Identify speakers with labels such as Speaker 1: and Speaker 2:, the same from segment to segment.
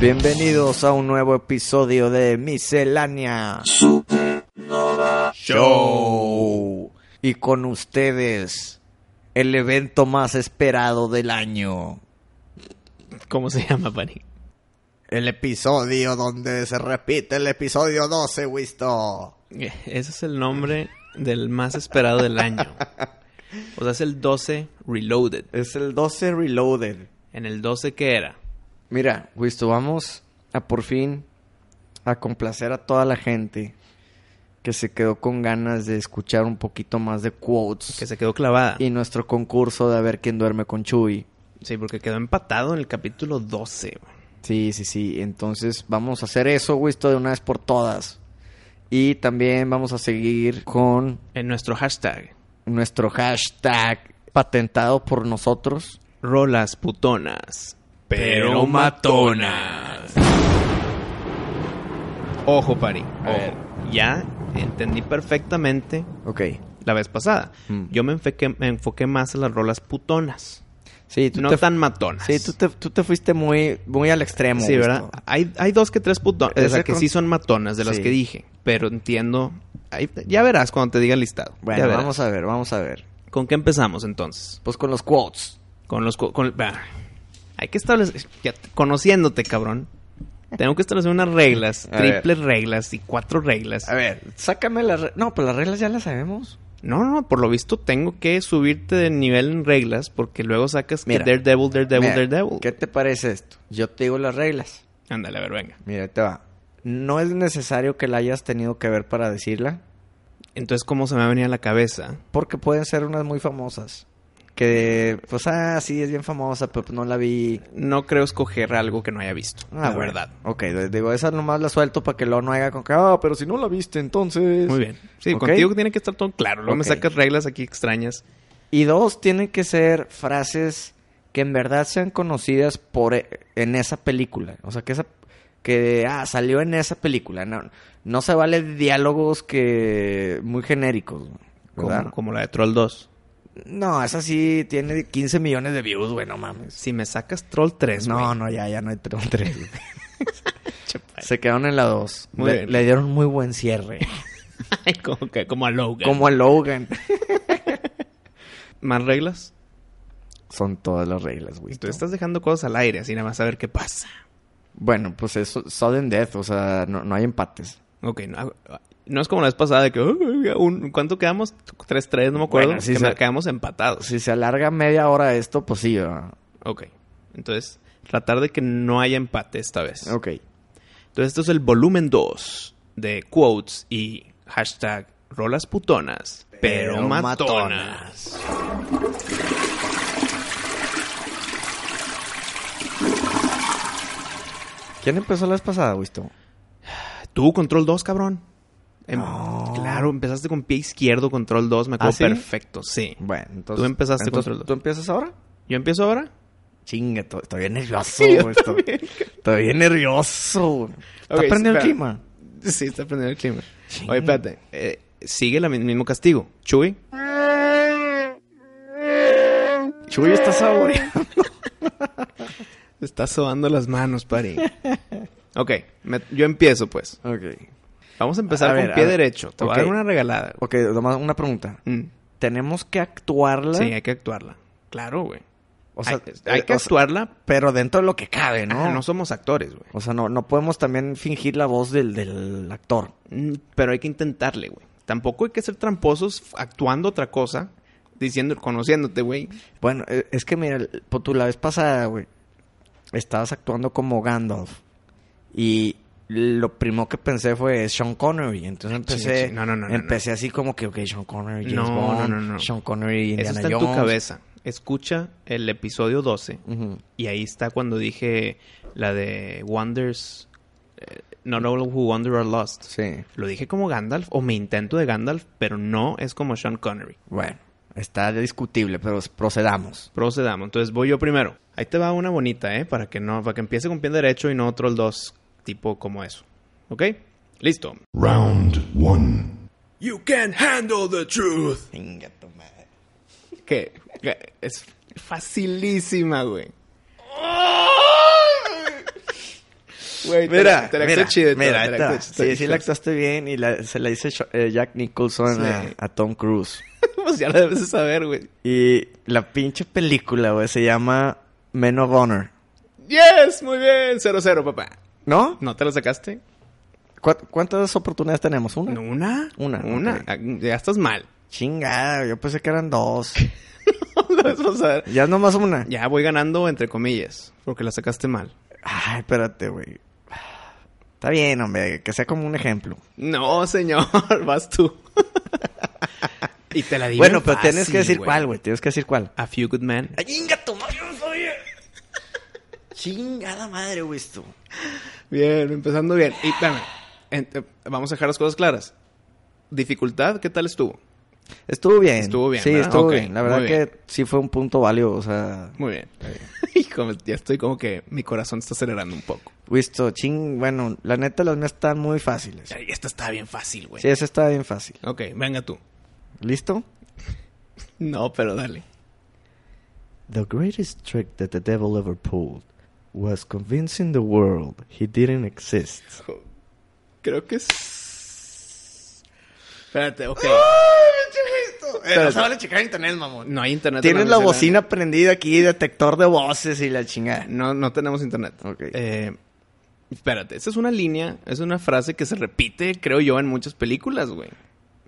Speaker 1: Bienvenidos a un nuevo episodio de Miscelánea Show. Y con ustedes, el evento más esperado del año.
Speaker 2: ¿Cómo se llama, Pani?
Speaker 1: El episodio donde se repite el episodio 12, Wisto.
Speaker 2: Eh, Ese es el nombre del más esperado del año. O sea, es el 12 Reloaded.
Speaker 1: Es el 12 Reloaded.
Speaker 2: ¿En el 12 qué era?
Speaker 1: Mira, Wisto, vamos a por fin a complacer a toda la gente que se quedó con ganas de escuchar un poquito más de quotes.
Speaker 2: Que se quedó clavada.
Speaker 1: Y nuestro concurso de a ver quién duerme con Chuy.
Speaker 2: Sí, porque quedó empatado en el capítulo 12. güey.
Speaker 1: Sí, sí, sí. Entonces vamos a hacer eso, Wisto, de una vez por todas. Y también vamos a seguir con
Speaker 2: En nuestro hashtag,
Speaker 1: nuestro hashtag patentado por nosotros.
Speaker 2: rolas putonas, pero matonas. Ojo, Pari. A ver, ya entendí perfectamente
Speaker 1: Ok.
Speaker 2: la vez pasada.
Speaker 1: Mm.
Speaker 2: Yo me enfoqué, me enfoqué más en las rolas putonas.
Speaker 1: Sí, tú
Speaker 2: no
Speaker 1: te...
Speaker 2: tan matonas.
Speaker 1: Sí, tú te, tú te fuiste muy, muy al extremo.
Speaker 2: Sí, ¿verdad?
Speaker 1: Wisto.
Speaker 2: Hay, hay dos que tres putonas. O
Speaker 1: Ese
Speaker 2: sea, que
Speaker 1: con-
Speaker 2: sí son matonas de las
Speaker 1: Sí.
Speaker 2: que dije. Pero entiendo. ahí- ya verás cuando te diga el listado.
Speaker 1: Bueno, vamos a ver, vamos a ver.
Speaker 2: ¿Con qué empezamos entonces?
Speaker 1: Pues con los quotes.
Speaker 2: Con los. co- Con, bah. hay que establecer. ya te- conociéndote, cabrón. Tengo que establecer unas reglas.
Speaker 1: A ver.
Speaker 2: triples reglas y cuatro reglas.
Speaker 1: A ver, sácame las... re- No, pues las reglas ya las sabemos.
Speaker 2: No, no, por lo visto tengo que subirte de nivel en reglas. Porque luego sacas
Speaker 1: Mira.
Speaker 2: que Daredevil, Daredevil,
Speaker 1: Mira,
Speaker 2: Daredevil.
Speaker 1: ¿Qué te parece esto? Yo te digo las reglas.
Speaker 2: Ándale, a ver, venga.
Speaker 1: Mira, ahí te va. No es necesario que la hayas tenido que ver para decirla,
Speaker 2: Entonces, ¿cómo se me venía a la cabeza?
Speaker 1: porque pueden ser unas muy famosas. Que, pues, ah, sí, es bien famosa, pero pues, no la vi.
Speaker 2: No creo escoger algo que no haya visto.
Speaker 1: Ah,
Speaker 2: la
Speaker 1: bueno.
Speaker 2: verdad.
Speaker 1: Ok, d- digo, esa nomás la suelto para que luego no haga con que, ah, pero si no la viste, entonces.
Speaker 2: Muy bien. Sí,
Speaker 1: ¿Ok?
Speaker 2: contigo tiene que estar todo claro. Luego me
Speaker 1: Ok.
Speaker 2: sacas reglas aquí extrañas.
Speaker 1: Y dos, tienen que ser frases que en verdad sean conocidas por e- en esa película. O sea, que esa que ah, salió en esa película. No, no se vale diálogos que muy genéricos, ¿verdad?
Speaker 2: Como, como la de Troll 2.
Speaker 1: No, esa sí tiene 15 millones de views, güey, no mames.
Speaker 2: Si me sacas Troll 3,
Speaker 1: no,
Speaker 2: güey.
Speaker 1: no, ya, ya no hay tres. tres.
Speaker 2: Chapa.
Speaker 1: se quedaron en la 2.
Speaker 2: Muy
Speaker 1: Le,
Speaker 2: bien.
Speaker 1: le dieron muy buen cierre.
Speaker 2: Ay, como, que- como a Logan.
Speaker 1: Como a Logan.
Speaker 2: ¿Más reglas?
Speaker 1: Son todas las reglas, güey.
Speaker 2: Tú estás dejando cosas al aire, así nada más a ver qué pasa.
Speaker 1: Bueno, pues eso, sudden death, o sea, no, no hay empates.
Speaker 2: Ok, no, no es como la vez pasada de que... "Ay, ay, un- ¿Cuánto quedamos? 3-3, no me acuerdo.
Speaker 1: Bueno, sí
Speaker 2: que
Speaker 1: se-
Speaker 2: me- quedamos empatados.
Speaker 1: Si se alarga media hora esto, pues sí, ¿verdad?
Speaker 2: Ok. Entonces, tratar de que no haya empate esta vez.
Speaker 1: Ok.
Speaker 2: Entonces, esto es el volumen 2 de quotes y hashtag rolas putonas, pero,
Speaker 1: Pero
Speaker 2: matonas.
Speaker 1: ¿Quién empezó la vez pasada, Wisto?
Speaker 2: Tú, control 2, cabrón. Em-
Speaker 1: No.
Speaker 2: Claro, empezaste con pie izquierdo, control 2, me acuerdo
Speaker 1: ¿Ah, sí?
Speaker 2: perfecto, sí.
Speaker 1: Bueno, entonces.
Speaker 2: Tú empezaste
Speaker 1: entonces,
Speaker 2: contra el-
Speaker 1: ¿Tú empiezas ahora?
Speaker 2: ¿Yo empiezo ahora?
Speaker 1: Chingue, to- estoy bien nervioso, güey. estoy- Estoy bien nervioso. güey. Está
Speaker 2: Ok,
Speaker 1: prendido
Speaker 2: espera.
Speaker 1: el clima.
Speaker 2: Sí, está prendido el clima.
Speaker 1: Ching.
Speaker 2: Oye, espérate. eh, sigue el mismo castigo. Chuy,
Speaker 1: Chuy está saboreando.
Speaker 2: te estás sobando las manos, pari. ok, me- yo empiezo, pues.
Speaker 1: ok.
Speaker 2: Vamos a empezar
Speaker 1: A
Speaker 2: con
Speaker 1: ver,
Speaker 2: pie
Speaker 1: a ver.
Speaker 2: derecho. Te voy a
Speaker 1: Ok.
Speaker 2: dar una regalada.
Speaker 1: Ok, nomás una pregunta.
Speaker 2: Mm.
Speaker 1: ¿Tenemos que actuarla?
Speaker 2: Sí, hay que actuarla. Claro, güey.
Speaker 1: O sea,
Speaker 2: hay, hay que
Speaker 1: o sea,
Speaker 2: actuarla,
Speaker 1: pero dentro de lo que cabe, ¿no?
Speaker 2: no, no somos actores, güey.
Speaker 1: O sea, no, no podemos también fingir la voz del, del actor.
Speaker 2: Mm, Pero hay que intentarle, güey. Tampoco hay que ser tramposos f- actuando otra cosa, diciendo, conociéndote, güey.
Speaker 1: Bueno, eh, es que mira, el- po- tú la vez pasada, güey, estabas actuando como Gandalf. Y lo primero que pensé fue es Sean Connery. Entonces empecé,
Speaker 2: sí, no, no, no, no,
Speaker 1: empecé así como que, ok, Sean Connery, James
Speaker 2: No,
Speaker 1: Bond,
Speaker 2: no, no, no.
Speaker 1: Sean Connery, Indiana
Speaker 2: Eso está en
Speaker 1: Jones.
Speaker 2: tu cabeza. Escucha el episodio 12
Speaker 1: Ujú.
Speaker 2: y ahí está cuando dije la de Wonders. eh, Not all who wander are lost.
Speaker 1: Sí.
Speaker 2: Lo dije como Gandalf o me intento de Gandalf, pero no es como Sean Connery.
Speaker 1: Bueno, está discutible, pero procedamos.
Speaker 2: Procedamos. Entonces voy yo primero. Ahí te va una bonita, ¿eh? Para que no, para que empiece con pie derecho y no otro el 2. tipo como eso. ¿Ok? Listo.
Speaker 3: Round one.
Speaker 2: You can handle the truth.
Speaker 1: Venga, tu madre.
Speaker 2: Que que es facilísima, güey. Güey, te
Speaker 1: Mira,
Speaker 2: la- te la
Speaker 1: mira,
Speaker 2: actué chido, te
Speaker 1: mira,
Speaker 2: la- te la
Speaker 1: ahí
Speaker 2: actué
Speaker 1: está.
Speaker 2: chido.
Speaker 1: sí, sí la actuaste bien y la- se la dice Jack Nicholson a-
Speaker 2: Sí.
Speaker 1: a Tom Cruise.
Speaker 2: Pues ya la debes de saber, güey.
Speaker 1: Y la pinche película, güey, se llama Men of Honor.
Speaker 2: Yes, muy bien. 0-0, papá.
Speaker 1: ¿No?
Speaker 2: ¿No te la sacaste?
Speaker 1: ¿Cu- ¿Cuántas oportunidades tenemos? ¿Una?
Speaker 2: ¿Una?
Speaker 1: Una,
Speaker 2: Una.
Speaker 1: ok.
Speaker 2: Ah, Ya estás mal.
Speaker 1: Chingada, yo pensé que eran dos.
Speaker 2: La vez pasada.
Speaker 1: ya nomás una.
Speaker 2: Ya voy ganando, entre comillas, porque la sacaste mal.
Speaker 1: Ay, espérate, güey. Está bien, hombre, que sea como un ejemplo.
Speaker 2: No, señor, vas tú. y te la di
Speaker 1: bueno,
Speaker 2: bien
Speaker 1: pero tienes
Speaker 2: fácil,
Speaker 1: que decir
Speaker 2: güey.
Speaker 1: cuál, güey. Tienes que decir cuál.
Speaker 2: A Few Good Men.
Speaker 1: ¡Ay, chinga tu madre! no sabía! Chingada madre, güey, esto.
Speaker 2: Bien, empezando bien. Y espérame, en- eh, vamos a dejar las cosas claras. Dificultad, ¿qué tal estuvo?
Speaker 1: Estuvo bien.
Speaker 2: Estuvo bien,
Speaker 1: Sí,
Speaker 2: ¿verdad?
Speaker 1: estuvo
Speaker 2: Ok,
Speaker 1: bien. La verdad
Speaker 2: muy bien.
Speaker 1: que sí fue un punto válido, o sea...
Speaker 2: Muy bien. Hijo, ya estoy como que mi corazón está acelerando un poco.
Speaker 1: Listo, ching... Bueno, la neta, las mías están muy fáciles.
Speaker 2: Ay, Esta está bien fácil, güey.
Speaker 1: Sí, esa está bien fácil.
Speaker 2: Ok, venga tú.
Speaker 1: ¿Listo?
Speaker 2: No, pero dale.
Speaker 1: The greatest trick that the devil ever pulled was convincing the world he didn't exist.
Speaker 2: Creo que es... Espérate, ok.
Speaker 1: Eh, no se vale checar internet, mamón.
Speaker 2: No hay internet. en
Speaker 1: Tienes la
Speaker 2: mesa.
Speaker 1: bocina prendida aquí, detector de voces y la chingada.
Speaker 2: No, no tenemos internet.
Speaker 1: Ok.
Speaker 2: Eh, espérate, esta es una línea, es una frase que se repite, creo yo, en muchas películas, güey.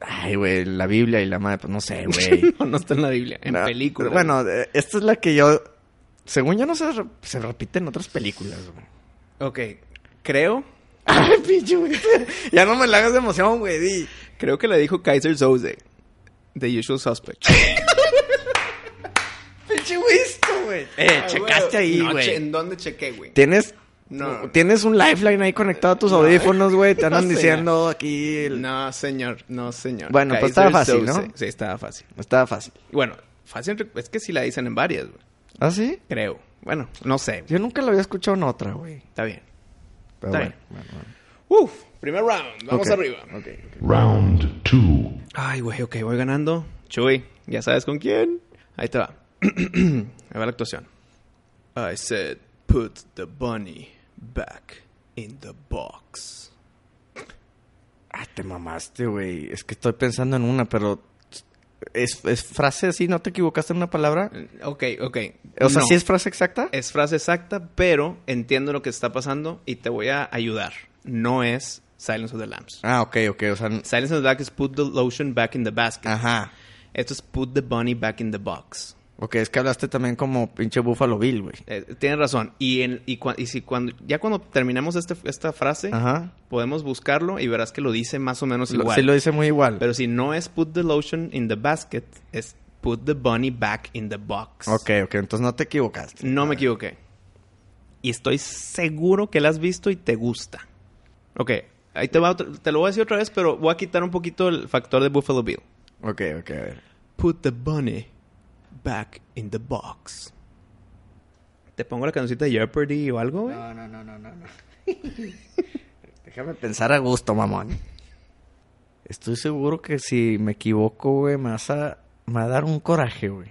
Speaker 1: Ay, güey, la Biblia y la madre, pues no sé, güey.
Speaker 2: no, no está en la Biblia, en
Speaker 1: No,
Speaker 2: películas.
Speaker 1: Bueno, eh, esta es la que yo... Según yo no se, re- se repite en otras películas, güey.
Speaker 2: Ok, creo,
Speaker 1: Ay, pinche, güey. Ya no me la hagas de emoción, güey. di.
Speaker 2: creo que la dijo Kaiser Soze, The Usual Suspect.
Speaker 1: Pinche güey, esto, güey. Eh, checaste ahí,
Speaker 2: Ah, No,
Speaker 1: güey.
Speaker 2: che- ¿En dónde chequé, güey?
Speaker 1: Tienes.
Speaker 2: No.
Speaker 1: Tienes un lifeline ahí conectado a tus audífonos, güey. Te andan diciendo aquí. el-
Speaker 2: No, señor, no, señor.
Speaker 1: Bueno, pues estaba fácil, ¿no?
Speaker 2: Sí, estaba fácil.
Speaker 1: Estaba fácil.
Speaker 2: Bueno, fácil, entre- es que sí la dicen en varias, güey.
Speaker 1: ¿Ah, sí?
Speaker 2: Creo. Bueno, no sé,
Speaker 1: Yo nunca lo había escuchado en otra, güey.
Speaker 2: está bien.
Speaker 1: Pero
Speaker 2: Está
Speaker 1: bueno,
Speaker 2: bien.
Speaker 1: bueno, bueno.
Speaker 2: Uf, primer round, vamos
Speaker 1: Ok,
Speaker 2: arriba.
Speaker 1: ok.
Speaker 3: Round two.
Speaker 2: Ay, güey, ok, voy ganando. Chuy, ya sabes con quién. Ahí te va. Ahí va la actuación. I said, put the bunny back in the box.
Speaker 1: Ah, te mamaste, güey. Es que estoy pensando en una, pero. ¿Es, es frase así? ¿No te equivocaste en una palabra?
Speaker 2: Eh, Ok, ok.
Speaker 1: O sea,
Speaker 2: No,
Speaker 1: ¿sí es frase exacta?
Speaker 2: es frase exacta, pero entiendo lo que está pasando y te voy a ayudar. No es Silence of the Lambs.
Speaker 1: Ah, ok, ok. O sea, n-
Speaker 2: Silence of the Lambs es put the lotion back in the basket.
Speaker 1: ajá.
Speaker 2: Esto es put the bunny back in the box.
Speaker 1: Ok, es que hablaste también como pinche Buffalo Bill, güey.
Speaker 2: Eh, tienes razón. Y, en, y, cua- y si cuando, ya cuando terminemos este- esta frase,
Speaker 1: Ajá.
Speaker 2: podemos buscarlo y verás que lo dice más o menos
Speaker 1: Lo-
Speaker 2: Pues igual.
Speaker 1: sí, lo dice muy igual.
Speaker 2: Pero si no es put the lotion in the basket, es put the bunny back in the box.
Speaker 1: Ok, ok. Entonces no te equivocaste.
Speaker 2: No me equivoqué. Y estoy seguro que la has visto y te gusta. Ok, ahí te va otro- te lo voy a decir otra vez, pero voy a quitar un poquito el factor de Buffalo Bill.
Speaker 1: Ok, ok, a ver.
Speaker 2: Put the bunny back in the box. ¿Te pongo la cancioncita de Jeopardy o algo, güey?
Speaker 1: No, no, no, no, no. no. Déjame pensar a gusto, mamón. Estoy seguro que si me equivoco, güey, me vas a, me va a dar un coraje, güey.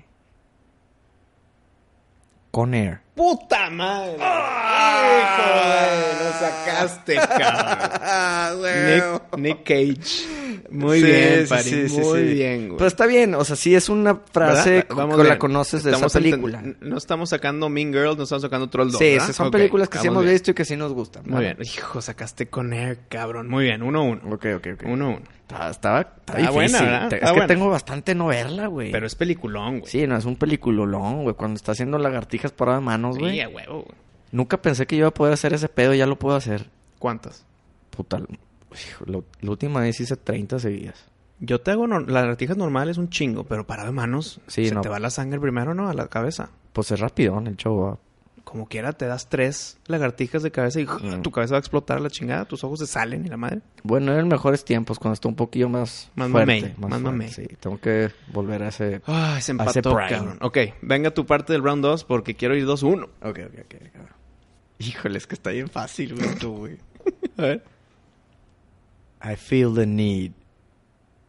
Speaker 1: Con Air.
Speaker 2: ¡Puta madre! ¡Hijo de- ¡Lo sacaste, cabrón!
Speaker 1: Ah,
Speaker 2: Nick, Nick Cage. Muy bien, Pari. muy bien, güey.
Speaker 1: Pero está bien, o sea, sí es una Pues, frase
Speaker 2: ¿Verdad?
Speaker 1: que
Speaker 2: Vamos
Speaker 1: la
Speaker 2: bien.
Speaker 1: conoces de
Speaker 2: Estamos
Speaker 1: esa película.
Speaker 2: enten- No estamos sacando Mean Girls, no estamos sacando Troll 2.
Speaker 1: Sí,
Speaker 2: ¿verdad?
Speaker 1: esas son
Speaker 2: Ok,
Speaker 1: películas que sí
Speaker 2: vamos
Speaker 1: hemos
Speaker 2: bien.
Speaker 1: visto y que sí nos gustan.
Speaker 2: Muy bien. Hijo, sacaste con Air, cabrón. Muy bien, 1-1. Uno, uno.
Speaker 1: Ok, ok, ok.
Speaker 2: Uno, uno.
Speaker 1: Está, estaba, está
Speaker 2: Está buena,
Speaker 1: difícil.
Speaker 2: ¿verdad?
Speaker 1: Te- Es
Speaker 2: Está
Speaker 1: que
Speaker 2: buena.
Speaker 1: tengo bastante novela, güey.
Speaker 2: Pero es peliculón, güey.
Speaker 1: Sí, no, es un peliculolón, güey. Cuando está haciendo lagartijas por de manos, pues, güey.
Speaker 2: Sí, a huevo, güey.
Speaker 1: Nunca pensé que iba a poder hacer ese pedo y ya lo puedo hacer.
Speaker 2: ¿Cuántas?
Speaker 1: Puta, lo- hijo, lo- la última vez hice 30 seguidas.
Speaker 2: Yo te hago no- las lagartijas normales un chingo, pero para de manos
Speaker 1: Sí,
Speaker 2: se
Speaker 1: no.
Speaker 2: te va la sangre primero, ¿no? A la cabeza.
Speaker 1: Pues es rapidón el show, ah. ¿va?
Speaker 2: Como quiera, te das tres lagartijas de cabeza y
Speaker 1: Mm.
Speaker 2: tu cabeza va a explotar la chingada, tus ojos se salen y la madre.
Speaker 1: Bueno, eran mejores tiempos cuando está un poquillo más
Speaker 2: Más
Speaker 1: fuerte.
Speaker 2: mamey, más mamey.
Speaker 1: Sí, tengo que volver a ese...
Speaker 2: Ay, Ah, se
Speaker 1: Hace
Speaker 2: empató,
Speaker 1: prime.
Speaker 2: cabrón. Ok, venga tu parte del round 2 porque quiero ir 2-1.
Speaker 1: Ok, ok, ok. Híjole, es que está bien fácil, güey, tú, güey.
Speaker 2: A ver.
Speaker 1: I feel the need.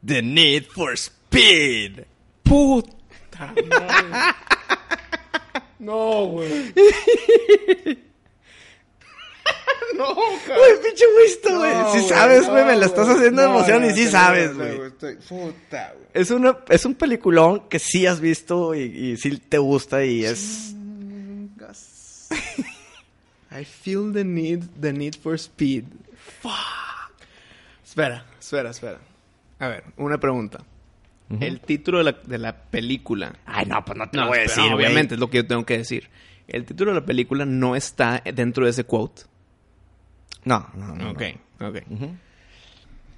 Speaker 1: The need for speed. Puta.
Speaker 2: No, güey. no,
Speaker 1: Güey, pinche güey, güey. si sabes, güey, me la estás haciendo de
Speaker 2: de
Speaker 1: emoción y sí sabes, güey.
Speaker 2: Puta, güey.
Speaker 1: Es, una, es un peliculón que sí has visto y, y sí te gusta y es...
Speaker 2: I feel the need, the need for speed. Espera, espera, espera. A ver, una pregunta. El título de la, de la película.
Speaker 1: Ay, no, pues no te
Speaker 2: No,
Speaker 1: lo voy a
Speaker 2: espera,
Speaker 1: decir, güey.
Speaker 2: obviamente es lo que yo tengo que decir. El título de la película no está dentro de ese quote.
Speaker 1: No, no, no.
Speaker 2: Ok,
Speaker 1: no.
Speaker 2: ok.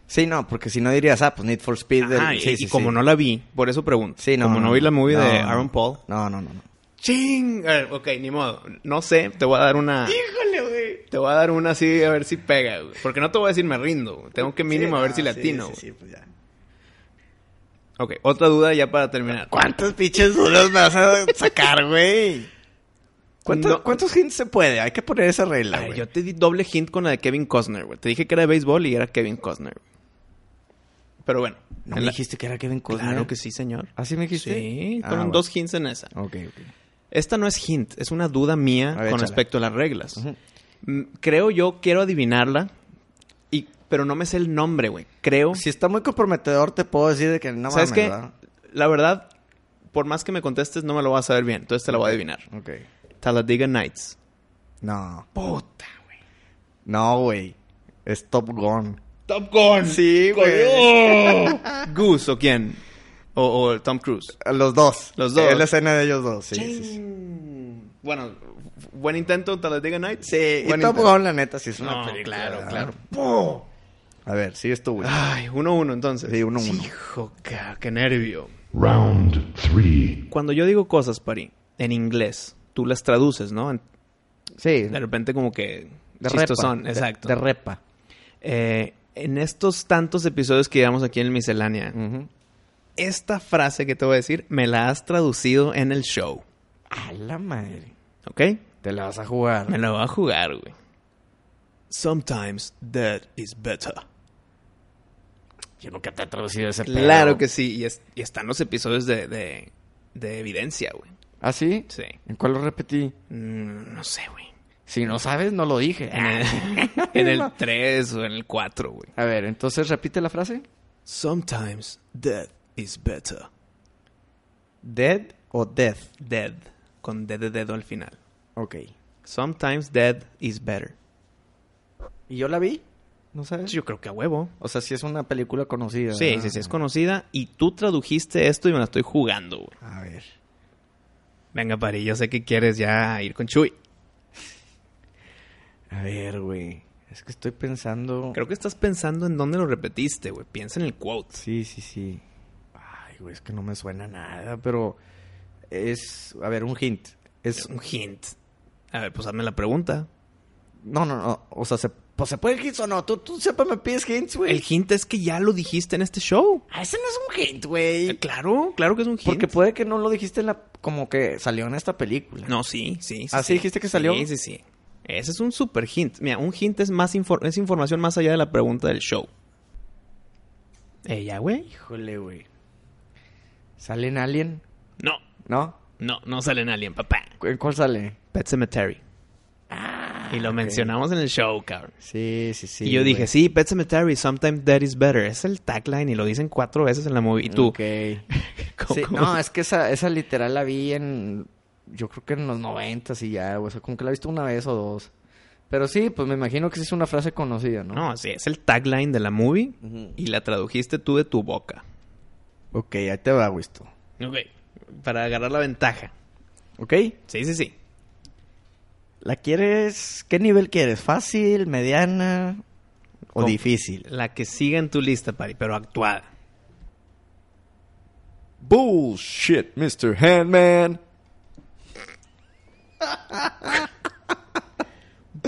Speaker 1: Sí, no, porque si no dirías, ah, pues Need for Speed. del-
Speaker 2: Ajá, y,
Speaker 1: sí,
Speaker 2: y
Speaker 1: sí,
Speaker 2: como
Speaker 1: sí.
Speaker 2: no la vi, por eso pregunto.
Speaker 1: Sí, no.
Speaker 2: como no, vi la movie de
Speaker 1: no,
Speaker 2: Aaron Paul.
Speaker 1: No, no, no. no.
Speaker 2: ¡Ching! A ver, ok, ni modo. No sé, te voy a dar una...
Speaker 1: Híjole, güey.
Speaker 2: Te voy a dar una así a ver si pega, güey. Porque no te voy a decir me rindo. güey. Tengo que mínimo a ver si latino.
Speaker 1: Sí,
Speaker 2: güey.
Speaker 1: sí, pues ya.
Speaker 2: Ok, otra duda ya para terminar.
Speaker 1: ¿Cuántos pinches duros me vas a sacar, güey? ¿Cuántos,
Speaker 2: No.
Speaker 1: ¿Cuántos hints se puede? Hay que poner esa regla,
Speaker 2: Ay,
Speaker 1: güey.
Speaker 2: yo te di doble hint con la de Kevin Costner, güey. Te dije que era de béisbol y era Kevin Costner. güey. Pero bueno.
Speaker 1: ¿No me
Speaker 2: en la-
Speaker 1: dijiste que era Kevin Costner?
Speaker 2: Claro que sí, señor.
Speaker 1: ¿Así me dijiste?
Speaker 2: Sí,
Speaker 1: Ah,
Speaker 2: fueron
Speaker 1: bueno.
Speaker 2: dos hints en esa.
Speaker 1: Ok, ok.
Speaker 2: Esta no es hint, es una duda
Speaker 1: A
Speaker 2: mía
Speaker 1: ver,
Speaker 2: con
Speaker 1: échala.
Speaker 2: respecto a las reglas.
Speaker 1: Ujú.
Speaker 2: Mm, Creo yo, quiero adivinarla, y, pero no me sé el nombre, güey. Creo...
Speaker 1: Si está muy comprometedor, te puedo decir de que no
Speaker 2: ¿Sabes
Speaker 1: mames,
Speaker 2: qué?
Speaker 1: ¿verdad?
Speaker 2: La verdad, por más que me contestes, no me lo vas a saber bien. Entonces te la voy a adivinar.
Speaker 1: Ok.
Speaker 2: Talladega Nights.
Speaker 1: No.
Speaker 2: Puta, güey.
Speaker 1: No, güey. Es Top Gun.
Speaker 2: Top Gun.
Speaker 1: Sí, güey.
Speaker 2: Goose o quién? O, o Tom Cruise.
Speaker 1: Los dos.
Speaker 2: Los dos.
Speaker 1: Es la escena de ellos dos, sí, sí, sí.
Speaker 2: Ching. Bueno, buen intento, Talladega Nights.
Speaker 1: Sí, y
Speaker 2: Buen
Speaker 1: Top
Speaker 2: intento.
Speaker 1: Gun, la neta, sí es una
Speaker 2: No,
Speaker 1: película.
Speaker 2: claro,
Speaker 1: ¿verdad?
Speaker 2: claro. pues. Ah,
Speaker 1: A ver, sigues tú, güey.
Speaker 2: Ay, 1-1 entonces.
Speaker 1: Sí, 1-1.
Speaker 2: Hijo, ca- qué nervio.
Speaker 3: Round 3.
Speaker 2: Cuando yo digo cosas, Pari, en inglés, tú las traduces, ¿no? En-
Speaker 1: Sí.
Speaker 2: De repente como que...
Speaker 1: De
Speaker 2: chistosón,
Speaker 1: repa.
Speaker 2: exacto.
Speaker 1: De, de repa.
Speaker 2: Eh, en estos tantos episodios que llevamos aquí en el Miscelánea,
Speaker 1: Mm.
Speaker 2: esta frase que te voy a decir me la has traducido en el show.
Speaker 1: A la madre.
Speaker 2: ¿Ok?
Speaker 1: Te la vas a jugar.
Speaker 2: Me la voy a jugar, güey. Sometimes that is better.
Speaker 1: Yo nunca te he traducido ese pedo.
Speaker 2: Claro que sí. Y, es- y están los episodios de, de- de evidencia, güey.
Speaker 1: ¿Ah, sí?
Speaker 2: Sí.
Speaker 1: ¿En cuál lo repetí?
Speaker 2: Mm, no sé, güey.
Speaker 1: Si no sabes, no lo dije.
Speaker 2: En el, en el 3 o en el 4, güey.
Speaker 1: A ver, entonces repite la frase.
Speaker 2: Sometimes that is better.
Speaker 1: Dead o death.
Speaker 2: Dead. Con D de dedo al final.
Speaker 1: Ok.
Speaker 2: Sometimes dead is better.
Speaker 1: ¿Y yo la vi? ¿No sabes?
Speaker 2: Yo creo que a huevo.
Speaker 1: O sea, si es una película conocida.
Speaker 2: Sí,
Speaker 1: ¿verdad?
Speaker 2: sí, sí, es conocida. Y tú tradujiste esto y me la estoy jugando, güey.
Speaker 1: A ver.
Speaker 2: Venga, Pari, yo sé que quieres ya ir con Chuy.
Speaker 1: A ver, güey. Es que estoy pensando...
Speaker 2: Creo que estás pensando en dónde lo repetiste, güey. Piensa en el quote.
Speaker 1: Sí, sí, sí. Ay, güey, es que no me suena nada, pero... Es... A ver, un hint.
Speaker 2: Es
Speaker 1: Es...
Speaker 2: un hint. A ver, pues hazme la pregunta.
Speaker 1: No, no, no. O sea, se, pues, ¿se puede el hint o no? Tú, tú siempre me pides hints, güey.
Speaker 2: El hint es que ya lo dijiste en este show.
Speaker 1: Ah, ese no es un hint, güey.
Speaker 2: Eh, Claro, claro que es un hint.
Speaker 1: Porque puede que no lo dijiste en la... Como que salió en esta película.
Speaker 2: No, sí, sí. sí
Speaker 1: ¿Ah, sí dijiste que salió?
Speaker 2: Sí, sí, sí. Ese es un super hint. Mira, un hint es más infor- es información más allá de la pregunta del show. ¿Ella, güey?
Speaker 1: Híjole, güey. ¿Sale en Alien?
Speaker 2: No,
Speaker 1: ¿No?
Speaker 2: no, no sale en Alien, papá.
Speaker 1: ¿En cuál sale?
Speaker 2: Pet Cemetery. y lo mencionamos en el show, cabrón.
Speaker 1: Sí, Ah, sí, sí.
Speaker 2: Ah. y yo
Speaker 1: güey.
Speaker 2: dije, sí, Pet Cemetery, sometimes that is better. Es el tagline y lo dicen cuatro veces en la movie. Y tú,
Speaker 1: Ok.
Speaker 2: ¿cómo-
Speaker 1: Sí,
Speaker 2: cómo?
Speaker 1: no, es que esa, esa literal la vi en. Yo creo que en los noventas y ya, güey. O sea, como que la he visto una vez o dos. Pero sí, pues me imagino que sí es una frase conocida, ¿no?
Speaker 2: No, sí, es el tagline de la movie
Speaker 1: Ujú.
Speaker 2: y la tradujiste tú de tu boca.
Speaker 1: Ok, ahí te va, Wisto.
Speaker 2: Ok. Para agarrar la ventaja.
Speaker 1: ¿Ok?
Speaker 2: Sí, sí, sí.
Speaker 1: ¿La quieres? ¿Qué nivel quieres? ¿Fácil, mediana o
Speaker 2: Com-
Speaker 1: difícil?
Speaker 2: La que siga en tu lista, Pari, pero actuada.
Speaker 1: Bullshit, Mr. Handman.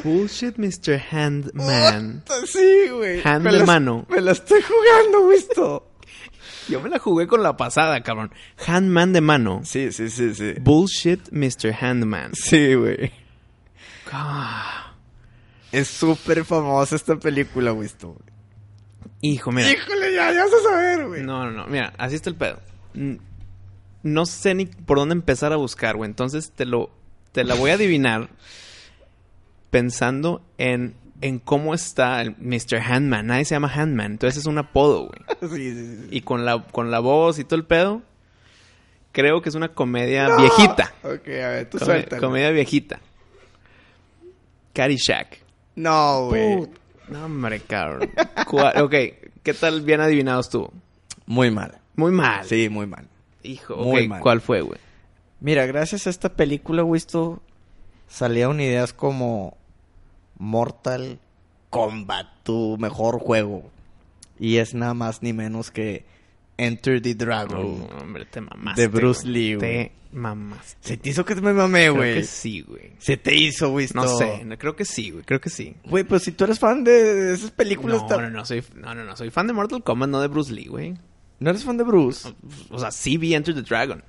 Speaker 2: Bullshit, Mr. Handman.
Speaker 1: Pues Sí, güey.
Speaker 2: Hand
Speaker 1: Me
Speaker 2: de
Speaker 1: la-
Speaker 2: mano.
Speaker 1: Me la estoy jugando, Wisto.
Speaker 2: Yo me la jugué con la pasada, cabrón. Handman de mano.
Speaker 1: Sí, sí, sí, sí.
Speaker 2: Bullshit, Mr. Handman.
Speaker 1: Sí, güey.
Speaker 2: Ah.
Speaker 1: Es súper famosa esta película, güey. esto.
Speaker 2: Hijo, mira.
Speaker 1: Híjole, ya, ya vas a saber, güey.
Speaker 2: No, no, no. Mira, así está el pedo. Mm, No sé ni por dónde empezar a buscar, güey. Entonces te lo. Te la voy a adivinar pensando en, en cómo está el Mr. Handman. Nadie se llama Handman. Entonces es un apodo, güey.
Speaker 1: Sí, sí, sí.
Speaker 2: Y con la, con la voz y todo el pedo. Creo que es una comedia viejita.
Speaker 1: Ok, a ver, tú
Speaker 2: Come-
Speaker 1: suelta.
Speaker 2: comedia viejita. Caddyshack.
Speaker 1: No, güey.
Speaker 2: Put- No, hombre, cabrón. Cua- ok, ¿qué tal bien adivinado estuvo?
Speaker 1: Muy mal.
Speaker 2: Muy mal.
Speaker 1: Sí, muy mal.
Speaker 2: Hijo,
Speaker 1: Muy
Speaker 2: ok,
Speaker 1: mal.
Speaker 2: ¿cuál fue, güey?
Speaker 1: Mira, gracias a esta película, güey, esto salieron ideas como Mortal Kombat, tu mejor juego. Y es nada más ni menos que Enter the Dragon.
Speaker 2: Oh, hombre, te mamaste.
Speaker 1: De Bruce
Speaker 2: güey.
Speaker 1: Lee, güey.
Speaker 2: Te mamaste.
Speaker 1: Se te hizo que me mamé,
Speaker 2: Creo
Speaker 1: güey.
Speaker 2: que sí, güey.
Speaker 1: Se te hizo, güey.
Speaker 2: No
Speaker 1: esto.
Speaker 2: sé, no- creo que sí, güey. Creo que sí.
Speaker 1: Güey, pues si tú eres fan de de esas películas...
Speaker 2: No,
Speaker 1: ta-
Speaker 2: no, no, soy, no, no, no, soy fan de Mortal Kombat, no de Bruce Lee, güey.
Speaker 1: ¿No eres fan de Bruce?
Speaker 2: O sea, sí vi Enter the Dragon.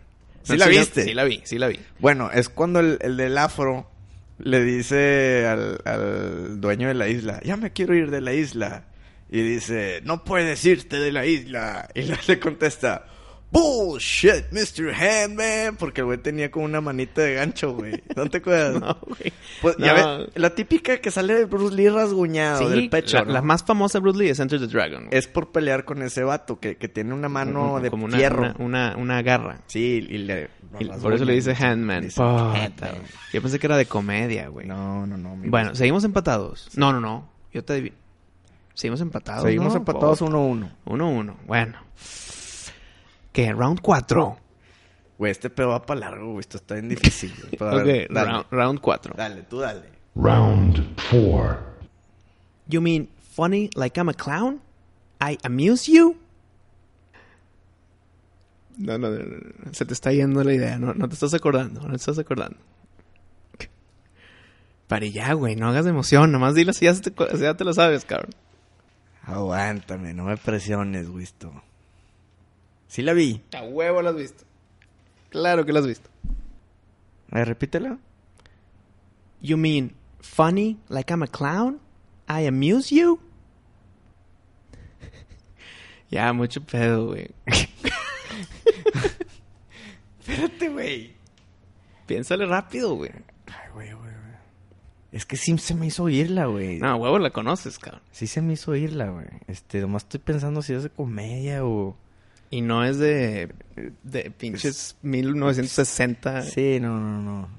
Speaker 1: ¿Sí la viste?
Speaker 2: Sí la vi, sí la vi.
Speaker 1: Bueno, es cuando el, el del afro le dice al, al dueño de la isla, ya me quiero ir de la isla. Y dice, no puedes irte de la isla. Y la- le contesta, bullshit, Mr. Handman. Porque el güey tenía como una manita de gancho, güey. ¿No te acuerdas?
Speaker 2: No, güey.
Speaker 1: Pues, ya
Speaker 2: No.
Speaker 1: ves, la típica que sale de Bruce Lee rasguñado
Speaker 2: Sí,
Speaker 1: del pecho.
Speaker 2: la,
Speaker 1: ¿no?
Speaker 2: la más famosa de Bruce Lee es Enter the Dragon. güey.
Speaker 1: Es por pelear con ese vato que, que tiene una mano
Speaker 2: Un-
Speaker 1: de
Speaker 2: como una,
Speaker 1: hierro.
Speaker 2: Una, una, una garra.
Speaker 1: Sí, y le...
Speaker 2: Y por eso le dice Handman.
Speaker 1: Dice,
Speaker 2: Puta,
Speaker 1: "Handman".
Speaker 2: güey. Yo pensé que era de comedia, güey.
Speaker 1: No, no, no. mi
Speaker 2: Bueno, seguimos empatados. No, no, no. Yo te adivino. Seguimos empatados.
Speaker 1: Seguimos
Speaker 2: ¿no?
Speaker 1: empatados
Speaker 2: Por-
Speaker 1: 1-1.
Speaker 2: Uno, uno. Bueno. ¿Qué? ¿Round 4?
Speaker 1: Güey, este pedo va para largo, güey. Esto está bien difícil. güey. Pero Pues, a
Speaker 2: Ok,
Speaker 1: ver, dale,
Speaker 2: round- round 4.
Speaker 1: dale, tú dale.
Speaker 3: Round 4.
Speaker 2: You mean funny like I'm a clown? I amuse you? No, no, no, no, no. Se te está yendo la idea. No, no te estás acordando. No te estás acordando. Para ya, güey. No hagas emoción. Nomás dilo si ya, se te, si ya te lo sabes, cabrón.
Speaker 1: Aguántame, no me presiones, güey. esto. Sí la vi.
Speaker 2: A huevo lo has visto. Claro que lo has visto.
Speaker 1: A ver, repítela.
Speaker 2: You mean funny like I'm a clown? I amuse you? ya, mucho pedo, güey.
Speaker 1: Espérate, güey.
Speaker 2: Piénsale rápido, güey.
Speaker 1: Ay, güey, güey, güey. Es que sí se me hizo oírla, güey.
Speaker 2: No, a huevo la conoces, cabrón.
Speaker 1: Sí se me hizo oírla, güey. Este, nomás estoy pensando si es de comedia o...
Speaker 2: Y no es de, de pinches 1960.
Speaker 1: Sí, no, no, no.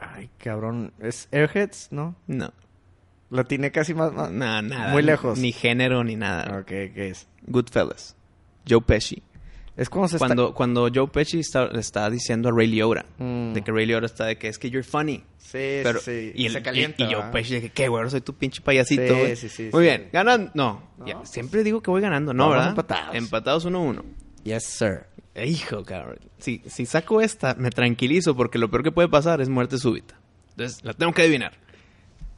Speaker 1: Ay, cabrón. Es Airheads, ¿no?
Speaker 2: No,
Speaker 1: La tiene casi más... más...
Speaker 2: no, nada.
Speaker 1: Muy lejos. Ah.
Speaker 2: Ni género, ni nada.
Speaker 1: Ok, ¿qué es?
Speaker 2: Goodfellas. Joe Pesci.
Speaker 1: Es cuando se
Speaker 2: Cuando, cuando Joe Pesci está, le está diciendo a Ray Liotta.
Speaker 1: Mm.
Speaker 2: De que Ray Liotta está de que es que you're funny.
Speaker 1: Sí,
Speaker 2: Pero-
Speaker 1: sí.
Speaker 2: Y, el,
Speaker 1: se calienta.
Speaker 2: y, y yo,
Speaker 1: ¿verdad?
Speaker 2: pues, dije, qué güey, soy tu pinche payasito.
Speaker 1: Sí,
Speaker 2: güey.
Speaker 1: sí, sí,
Speaker 2: Muy
Speaker 1: sí.
Speaker 2: bien, ganan. No,
Speaker 1: No,
Speaker 2: ya,
Speaker 1: pues,
Speaker 2: siempre digo que voy ganando, ¿no,
Speaker 1: vamos
Speaker 2: verdad?
Speaker 1: empatados.
Speaker 2: Empatados 1-1.
Speaker 1: Yes, sir.
Speaker 2: Eh, Hijo, cabrón. Si, si saco esta, me tranquilizo porque lo peor que puede pasar es muerte súbita. Entonces, la tengo que adivinar.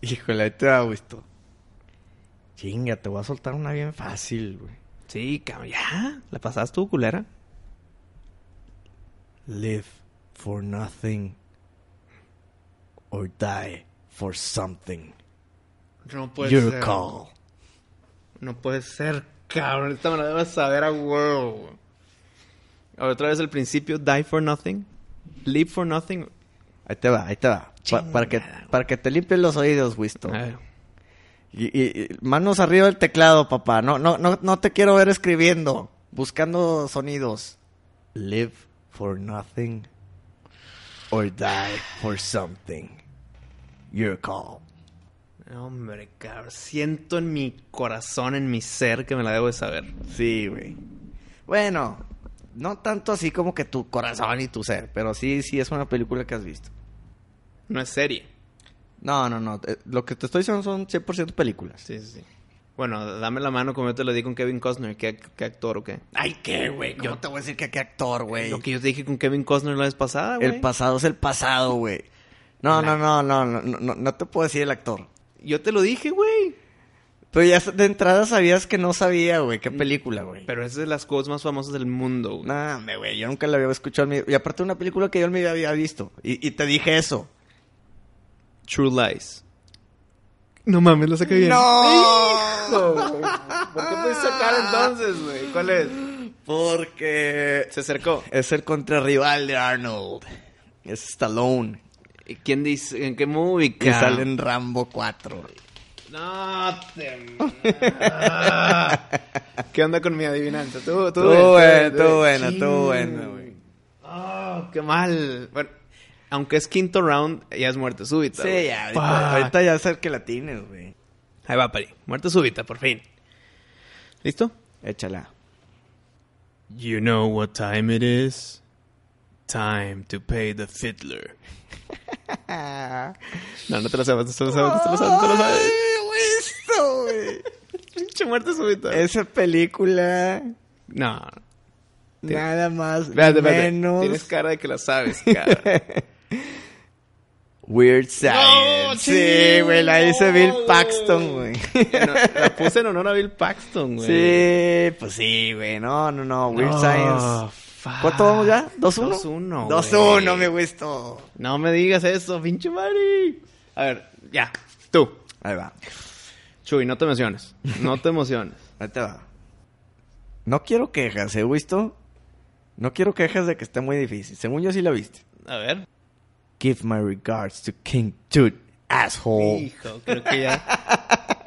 Speaker 1: Híjole, ahí te da gusto. Chinga, te voy a soltar una bien fácil, güey.
Speaker 2: Sí, cabrón, ya. La pasabas tú, culera.
Speaker 1: Live for nothing or die for something.
Speaker 2: No
Speaker 1: Your call.
Speaker 2: No puede ser, cabrón. Esta me la debes saber a huevo. A ver, Otra vez al principio, die for nothing, live for nothing.
Speaker 1: Ahí te va, ahí te va. Pa-
Speaker 2: Chingada,
Speaker 1: para, que,
Speaker 2: güey.
Speaker 1: para que te limpies los oídos, Wisto.
Speaker 2: A ver.
Speaker 1: Y, y- y manos arriba del teclado, papá. No, no, no, no te quiero ver escribiendo, buscando sonidos. Live for nothing or die for something. Your call.
Speaker 2: No, Hombre, cabrón. Siento en mi corazón, en mi ser, que me la debo de saber.
Speaker 1: Sí, güey. Bueno, no tanto así como que tu corazón y tu ser, pero sí, sí es una película que has visto.
Speaker 2: No es serie.
Speaker 1: No, no, no. eh, Lo que te estoy diciendo son 100% películas.
Speaker 2: Sí, sí, sí. Bueno, dame la mano como yo te lo di con Kevin Costner. ¿Qué, qué actor o qué?
Speaker 1: Ay, qué, güey. ¿Cómo te voy a decir que qué actor, güey?
Speaker 2: Lo que yo te dije con Kevin Costner la vez pasada, güey.
Speaker 1: El pasado es el pasado, güey. No, no, no, no, no, no, no te puedo decir el actor.
Speaker 2: Yo te lo dije, güey.
Speaker 1: Pero ya de entrada sabías que no sabía, güey, qué película, güey.
Speaker 2: Pero esa es de las cosas más famosas del mundo, güey.
Speaker 1: Nah, hombre, güey, yo nunca la había escuchado. en mi- Y aparte una película que yo me había visto. Y, y te dije eso.
Speaker 2: True Lies. No mames, lo saqué bien.
Speaker 1: ¡No!
Speaker 2: ¿Por qué pudiste sacar entonces, güey? ¿Cuál es?
Speaker 1: Porque
Speaker 2: Se acercó.
Speaker 1: es el contrarrival de Arnold. Es Stallone.
Speaker 2: ¿Y ¿Quién dice? ¿En qué movie?
Speaker 1: Que
Speaker 2: ca?
Speaker 1: sale en Rambo 4.
Speaker 2: No te... ¿Qué onda con mi adivinanza? Tú, tú,
Speaker 1: Tú buena, tú buena, tú buena, güey.
Speaker 2: Oh, qué mal. Bueno, aunque es quinto round, ya es muerte súbita.
Speaker 1: Sí,
Speaker 2: güey.
Speaker 1: ya.
Speaker 2: Fuck.
Speaker 1: Ahorita, ahorita ya sé que la tienes, güey.
Speaker 2: Ahí va, Pari. Muerte súbita, por fin. ¿Listo?
Speaker 1: Échala.
Speaker 2: You know what time it is? Time to pay the fiddler. No, no te lo sabes, no te lo sabes, no te lo sabes, no te lo sabes.
Speaker 1: listo, güey.
Speaker 2: Pinche muerte súbita.
Speaker 1: Esa película,
Speaker 2: No.
Speaker 1: nada más,
Speaker 2: Espérate, espérate.
Speaker 1: menos
Speaker 2: Tienes cara de que la sabes, cara.
Speaker 1: Weird Science.
Speaker 2: No,
Speaker 1: sí, güey, la hice
Speaker 2: no.
Speaker 1: Bill Paxton, güey.
Speaker 2: No, la puse en honor a Bill Paxton, güey.
Speaker 1: sí, pues sí, güey. No, no, no, Weird
Speaker 2: Oh,
Speaker 1: Science.
Speaker 2: fuck.
Speaker 1: ¿Cuánto vamos ya? ¿2-1?
Speaker 2: 2-1,
Speaker 1: 2-1,
Speaker 2: güey.
Speaker 1: me gustó.
Speaker 2: No me digas eso, pinche Mari. A ver, ya. Tú.
Speaker 1: Ahí va,
Speaker 2: Chuy, no te emociones. No te emociones.
Speaker 1: ahí te va. No quiero quejas, ¿eh, visto? No quiero quejas de que está muy difícil. Según yo sí la viste.
Speaker 2: A ver.
Speaker 1: Give my regards to King Tut, asshole.
Speaker 2: Hijo, creo que ya.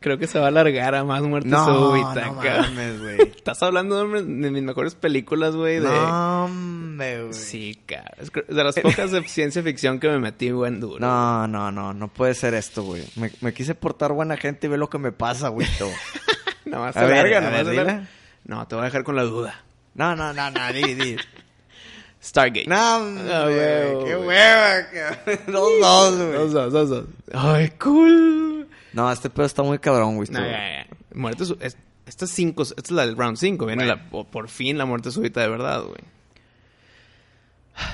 Speaker 2: Creo que se va a alargar a más muerte
Speaker 1: No,
Speaker 2: súbita.
Speaker 1: no
Speaker 2: cabrón.
Speaker 1: mames, güey.
Speaker 2: Estás hablando de hombre, de mis mejores películas, güey. De...
Speaker 1: No, hombre, güey.
Speaker 2: Sí, cara. Es que- de las pocas de ciencia ficción que me metí buen duro.
Speaker 1: No, no, no, no puede ser esto, güey. Me, me quise portar buena gente y ve lo que me pasa, güey. todo.
Speaker 2: No, más
Speaker 1: A
Speaker 2: se
Speaker 1: ver,
Speaker 2: alarga,
Speaker 1: a ver,
Speaker 2: nomás se alarga.
Speaker 1: dila.
Speaker 2: No, te voy a dejar con la duda.
Speaker 1: No, no, no, no, di, di.
Speaker 2: Stargate.
Speaker 1: No, hombre,
Speaker 2: Ah, huevo,
Speaker 1: qué
Speaker 2: güey.
Speaker 1: hueva, cabrón. Dos, dos,
Speaker 2: Dos,
Speaker 1: güey.
Speaker 2: dos, dos, dos. Ay, cool.
Speaker 1: No, este pedo está muy cabrón, güey.
Speaker 2: No,
Speaker 1: tú.
Speaker 2: ya, ya. Muerte su- es- Esta es cinco. Esta es la del round 5. Viene la, po- por fin la muerte súbita de verdad, güey.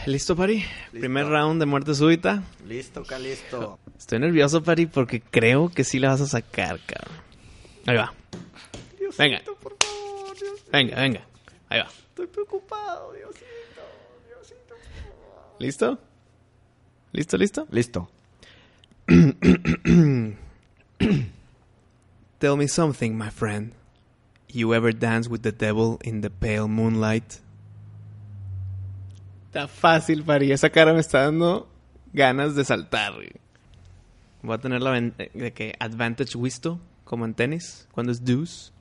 Speaker 2: ¿Listo, Pari? Primer round de muerte súbita.
Speaker 1: Listo, Calisto.
Speaker 2: Estoy nervioso, Pari, porque creo que sí la vas a sacar, cabrón. Ahí va. Venga.
Speaker 1: Por favor, Dios,
Speaker 2: Venga, venga. Ahí va.
Speaker 1: estoy preocupado, Diosito, Diosito.
Speaker 2: ¿Listo? ¿Listo, listo?
Speaker 1: Listo.
Speaker 2: Tell me something, my friend. You ever dance with the devil in the pale moonlight? Está fácil, Pari. Esa cara me está dando ganas de saltar. güey. Voy a tener la ven- eh, de que advantage visto, como en tenis, cuando es deuce.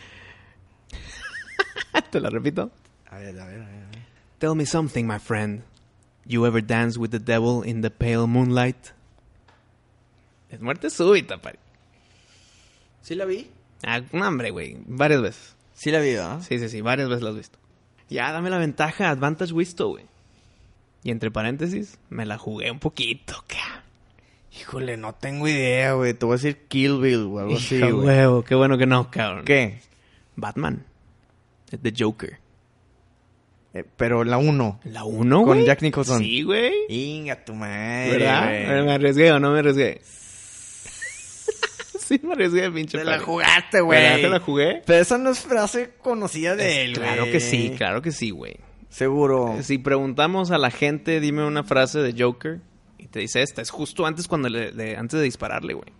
Speaker 2: Te la repito.
Speaker 1: A ver, a ver, a ver. a ver.
Speaker 2: Tell me something, my friend. You ever dance with the devil in the pale moonlight? Es muerte súbita, Pari.
Speaker 1: ¿Sí la vi?
Speaker 2: Ah, no, hombre, güey. Varias veces.
Speaker 1: Sí la vi, ¿verdad?
Speaker 2: Sí, sí, sí. Varias veces lo has visto. Ya, dame la ventaja. Advantage visto, güey. Y entre paréntesis, me la jugué un poquito, cabrón.
Speaker 1: Híjole, no tengo idea, güey. Te voy a decir Kill Bill o algo así,
Speaker 2: Hija,
Speaker 1: Oh, güey.
Speaker 2: huevo. Qué bueno que no, cabrón.
Speaker 1: ¿Qué?
Speaker 2: Batman. The Joker.
Speaker 1: Eh, pero la 1.
Speaker 2: La 1,
Speaker 1: Con
Speaker 2: güey.
Speaker 1: Jack Nicholson.
Speaker 2: Sí, güey.
Speaker 1: Inga tu madre,
Speaker 2: ¿Verdad? ¿Me
Speaker 1: güey.
Speaker 2: arriesgué o no me arriesgué? sí, me arriesgué, pinche
Speaker 1: Te la
Speaker 2: padre.
Speaker 1: jugaste,
Speaker 2: ¿Verdad?
Speaker 1: güey. Este,
Speaker 2: ¿Te la jugué?
Speaker 1: Pero esa no es frase conocida de él, güey.
Speaker 2: Claro que sí, claro que sí, güey.
Speaker 1: Seguro.
Speaker 2: Si preguntamos a la gente, dime una frase de Joker y te dice esta, es justo antes cuando le, de- antes de dispararle, güey.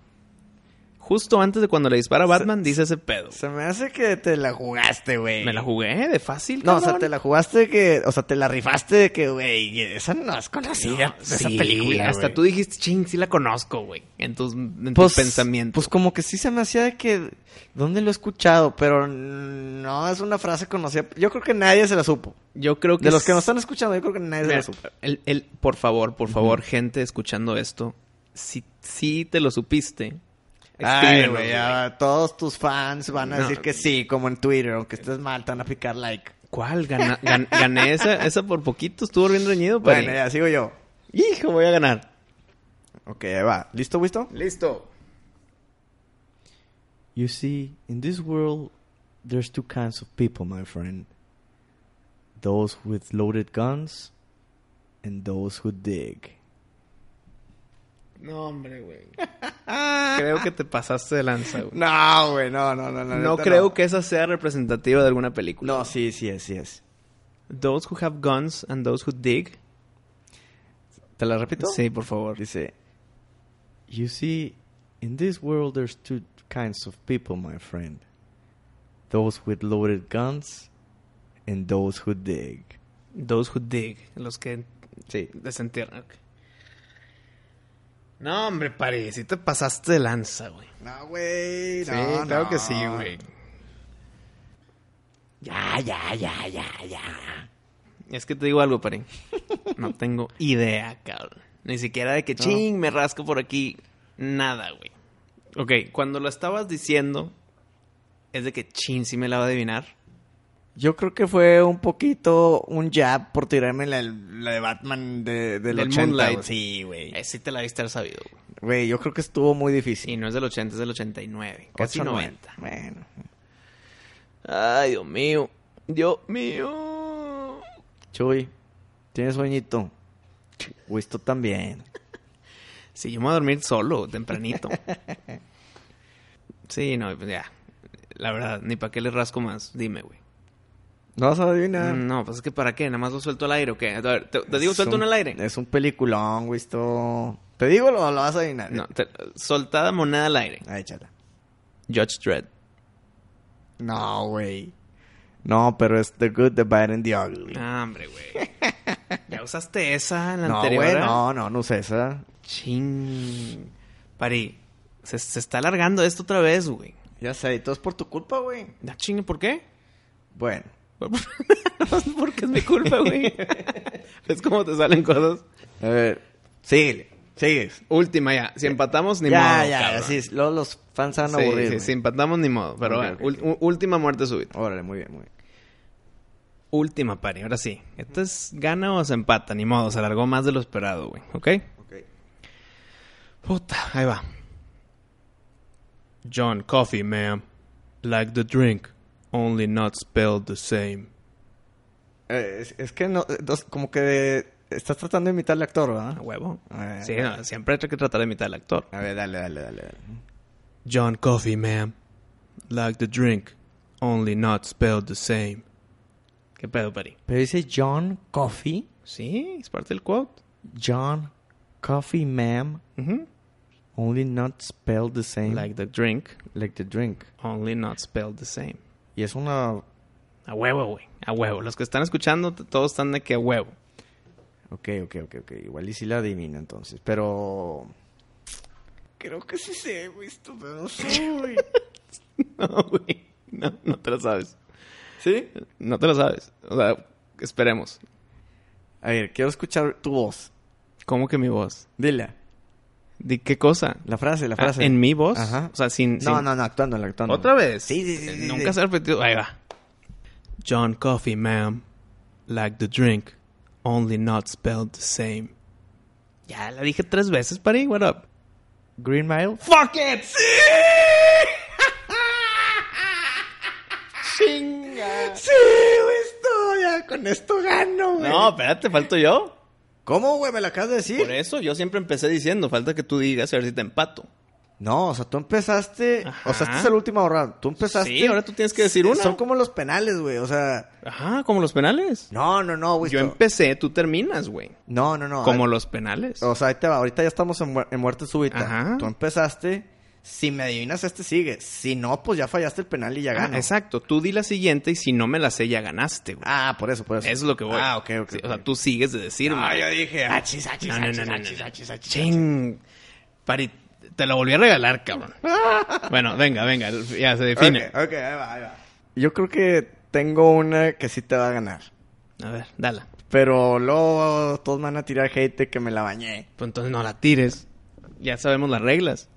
Speaker 2: Justo antes de cuando le dispara Batman, dice ese pedo.
Speaker 1: Se me hace que te la jugaste, güey.
Speaker 2: Me la jugué de fácil.
Speaker 1: No, o sea,
Speaker 2: cabrón.
Speaker 1: te la jugaste que... O sea, te la rifaste de que, güey, esa no es conocida.
Speaker 2: No,
Speaker 1: esa
Speaker 2: sí,
Speaker 1: película,
Speaker 2: Hasta
Speaker 1: güey.
Speaker 2: tú dijiste, ching, sí la conozco, güey. En tus, en
Speaker 1: pues,
Speaker 2: tus pensamientos.
Speaker 1: Pues como que sí se me hacía de que... ¿Dónde lo he escuchado? Pero no es una frase conocida. Yo creo que nadie se la supo.
Speaker 2: yo creo que.
Speaker 1: De los que
Speaker 2: no
Speaker 1: nos están escuchando, yo creo que nadie se
Speaker 2: Mira,
Speaker 1: la supo.
Speaker 2: el- el- por favor, por favor, gente escuchando esto, si, si te lo supiste,
Speaker 1: Ay,
Speaker 2: escríbenos,
Speaker 1: güey,
Speaker 2: güey.
Speaker 1: ya todos tus fans van a
Speaker 2: No.
Speaker 1: decir que sí, como en Twitter, aunque estés mal, te van a picar like.
Speaker 2: ¿Cuál? Gana- gan- gané esa, esa por poquito, estuvo bien reñido, pero...
Speaker 1: Bueno, ya sigo yo.
Speaker 2: Hijo, voy a ganar.
Speaker 1: Ok, ahí va. ¿Listo, visto?
Speaker 2: Listo.
Speaker 1: You see, in this world, there's two kinds of people, my friend. Those with loaded guns and those who dig.
Speaker 2: No, hombre, güey. Creo que te pasaste de lanza, güey.
Speaker 1: No, güey, no, no, no, no.
Speaker 2: No
Speaker 1: neta,
Speaker 2: creo que esa sea representativa de alguna película.
Speaker 1: No, sí, sí es, sí es.
Speaker 2: Those who have guns and those who dig.
Speaker 1: ¿Te la repito?
Speaker 2: Sí, por favor.
Speaker 1: Dice, You see, in this world, there's two kinds of people, my friend those with loaded guns and those who dig.
Speaker 2: Those who dig. Los que
Speaker 1: Sí,
Speaker 2: desentierran. ok. No, hombre, Pari, si te pasaste de lanza, güey.
Speaker 1: No, güey.
Speaker 2: Sí,
Speaker 1: no,
Speaker 2: claro
Speaker 1: no.
Speaker 2: que sí, güey.
Speaker 1: Ya, ya, ya, ya, ya.
Speaker 2: Es que te digo algo, Pari. No tengo idea, cabrón. Ni siquiera de que ching, me rasco por aquí. Nada, güey. Ok, cuando lo estabas diciendo, es de que ching, sí me la va a adivinar.
Speaker 1: Yo creo que fue un poquito un jab por tirarme la, la de Batman de, del,
Speaker 2: Del
Speaker 1: 80.
Speaker 2: Moonlight.
Speaker 1: güey. Sí, güey.
Speaker 2: Eh, sí te la viste haber sabido, güey.
Speaker 1: Güey, yo creo que estuvo muy difícil.
Speaker 2: Y no es del 80, es del 89. Casi
Speaker 1: Ocho,
Speaker 2: 90.
Speaker 1: nueve. Bueno.
Speaker 2: Ay, Dios mío. Dios mío.
Speaker 1: Chuy, ¿tienes sueñito? Wisto también.
Speaker 2: Sí, yo me voy a dormir solo, tempranito. sí, no, pues ya. La verdad, ni para qué le rasco más. Dime, güey.
Speaker 1: No vas a adivinar.
Speaker 2: No, pues es que para qué, nada más lo suelto al aire o qué. A ver, te, te digo,
Speaker 1: Es
Speaker 2: suelto
Speaker 1: un-
Speaker 2: uno al aire.
Speaker 1: Es un peliculón, Wisto. Te digo, lo, lo vas a adivinar.
Speaker 2: No, te- soltada moneda al aire.
Speaker 1: Ah, échala.
Speaker 2: Judge Dredd.
Speaker 1: No, güey. No, pero es The Good, The Bad and The Ugly.
Speaker 2: Ah, hombre, güey. Ya usaste esa en la
Speaker 1: no,
Speaker 2: anterior.
Speaker 1: güey,
Speaker 2: ¿verdad?
Speaker 1: no, no, no usé esa.
Speaker 2: Ching. Pari, se, se está alargando esto otra vez, güey.
Speaker 1: Ya sé, y todo es por tu culpa, güey.
Speaker 2: Ya chingue, ¿por qué?
Speaker 1: Bueno,
Speaker 2: Porque es mi culpa, güey. ¿Ves cómo te salen cosas?
Speaker 1: a ver, síguele, sigues.
Speaker 2: Última ya. Si empatamos, ni
Speaker 1: ya,
Speaker 2: modo.
Speaker 1: ya,
Speaker 2: cabrón.
Speaker 1: así es. Luego los fans se van a
Speaker 2: Sí,
Speaker 1: aburrir.
Speaker 2: sí,
Speaker 1: güey.
Speaker 2: si empatamos, ni modo. Pero
Speaker 1: Ok,
Speaker 2: bueno,
Speaker 1: ok.
Speaker 2: ul- u- última muerte súbita.
Speaker 1: Órale, muy bien, muy bien.
Speaker 2: Última pari, ahora sí. Esto es gana o se empata, ni modo. Se alargó más de lo esperado, güey. ¿Ok? Puta, ahí va. John Coffee, ma'am. Like the drink, only not spelled the same.
Speaker 1: Eh, es, es que no, eh, dos- como que de- estás tratando de imitar al actor,
Speaker 2: ¿A
Speaker 1: ¿verdad?
Speaker 2: huevo?
Speaker 1: Ah,
Speaker 2: Sí, no, siempre hay que tratar de imitar al actor.
Speaker 1: A ver, dale, dale, dale. dale.
Speaker 2: John Coffee, ma'am. Like the drink, only not spelled the same. ¿Qué pedo, Pari?
Speaker 1: Pero dice John Coffee.
Speaker 2: Sí, es parte del quote.
Speaker 1: John Coffee, ma'am. Only not spelled the same.
Speaker 2: Like the drink,
Speaker 1: like the drink.
Speaker 2: only not spelled the same.
Speaker 1: Y es una.
Speaker 2: A huevo, güey. A huevo. Los que están escuchando, t- todos están de que a huevo.
Speaker 1: Ok, ok, ok, ok. Igual y si la adivina entonces. Pero. Creo que sí sé, güey. Esto, pero no sé, güey.
Speaker 2: No, güey. No, no te lo sabes.
Speaker 1: ¿Sí?
Speaker 2: No te lo sabes. O sea, esperemos.
Speaker 1: A ver, quiero escuchar tu voz.
Speaker 2: ¿Cómo que mi voz?
Speaker 1: Dila.
Speaker 2: ¿De qué cosa?
Speaker 1: La frase, la
Speaker 2: Ah,
Speaker 1: frase.
Speaker 2: ¿En mi voz?
Speaker 1: Ajá.
Speaker 2: O sea, sin...
Speaker 1: No,
Speaker 2: sin-
Speaker 1: no, no, actuando, actuando.
Speaker 2: ¿Otra vez?
Speaker 1: Sí, sí, sí,
Speaker 2: Eh,
Speaker 1: sí,
Speaker 2: Nunca
Speaker 1: sí.
Speaker 2: se ha repetido. Ahí va. John Coffee, ma'am. Like the drink. Only not spelled the same. Ya la dije tres veces, pari. What up?
Speaker 1: Green Mile.
Speaker 2: ¡Fuck it! ¡Sí! ¡Chinga!
Speaker 1: Sí, güey, esto, ya con esto gano, güey.
Speaker 2: No, espérate. ¿Falto yo?
Speaker 1: ¿Cómo, güey? ¿Me la acabas de
Speaker 2: Por e-
Speaker 1: decir?
Speaker 2: eso yo siempre empecé diciendo. Falta que tú digas a ver si te empato.
Speaker 1: No, o sea, tú empezaste.
Speaker 2: Ajá.
Speaker 1: O sea, este es el último round. Tú empezaste.
Speaker 2: Sí, ahora tú tienes que decir una.
Speaker 1: Son como los penales, güey. O sea.
Speaker 2: Ajá, como los penales.
Speaker 1: No, no, no, güey.
Speaker 2: Yo
Speaker 1: esto-
Speaker 2: empecé, tú terminas, güey.
Speaker 1: No, no, no.
Speaker 2: Como
Speaker 1: Ah,
Speaker 2: los penales.
Speaker 1: O sea, ahí te va. Ahorita ya estamos en, muer- en muerte súbita.
Speaker 2: Ajá.
Speaker 1: Tú empezaste. Si me adivinas, este sigue. Si no, pues ya fallaste el penal y ya
Speaker 2: Ah,
Speaker 1: gano.
Speaker 2: exacto. Tú di la siguiente y si no me la sé, ya ganaste, güey.
Speaker 1: Ah, por eso, por eso.
Speaker 2: Eso es lo que voy.
Speaker 1: Ah, ok, ok.
Speaker 2: Sí,
Speaker 1: ok.
Speaker 2: O sea, tú sigues de decirme.
Speaker 1: No, Ah, yo dije. Achis, achis,
Speaker 2: No, no,
Speaker 1: achis,
Speaker 2: no, no,
Speaker 1: achis,
Speaker 2: no.
Speaker 1: achis, achis,
Speaker 2: Ching. Pari, te la volví a regalar, cabrón. bueno, venga, venga. Ya se define.
Speaker 1: Ok, ok, ahí va, ahí va. Yo creo que tengo una que sí te va a ganar.
Speaker 2: A ver, dala.
Speaker 1: Pero luego todos me van a tirar hate de que me la bañé.
Speaker 2: Pues entonces no la tires. Ya sabemos las reglas.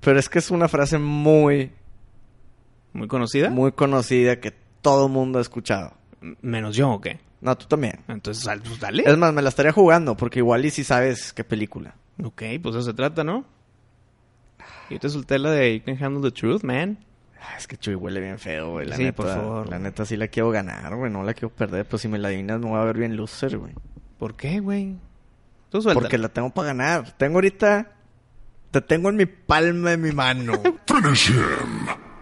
Speaker 1: Pero es que es una frase muy,
Speaker 2: Muy conocida.
Speaker 1: muy conocida que todo el mundo ha escuchado.
Speaker 2: M- Menos yo, ¿o qué?
Speaker 1: No, tú también.
Speaker 2: Entonces, sal- pues, dale.
Speaker 1: Es más, me la estaría jugando porque igual y si sabes qué película.
Speaker 2: Ok, pues eso se trata, ¿no? Yo te solté la de You Can Handle the Truth, man.
Speaker 1: Ah, Es que Chuy huele bien feo, güey. La
Speaker 2: Sí,
Speaker 1: neta,
Speaker 2: por favor.
Speaker 1: La neta sí la quiero ganar, güey. No la quiero perder. Pero si me la adivinas me voy a ver bien loser, güey.
Speaker 2: ¿Por qué, güey? Tú suelta.
Speaker 1: Porque la tengo para ganar. Tengo ahorita... Te tengo en mi palma de mi mano.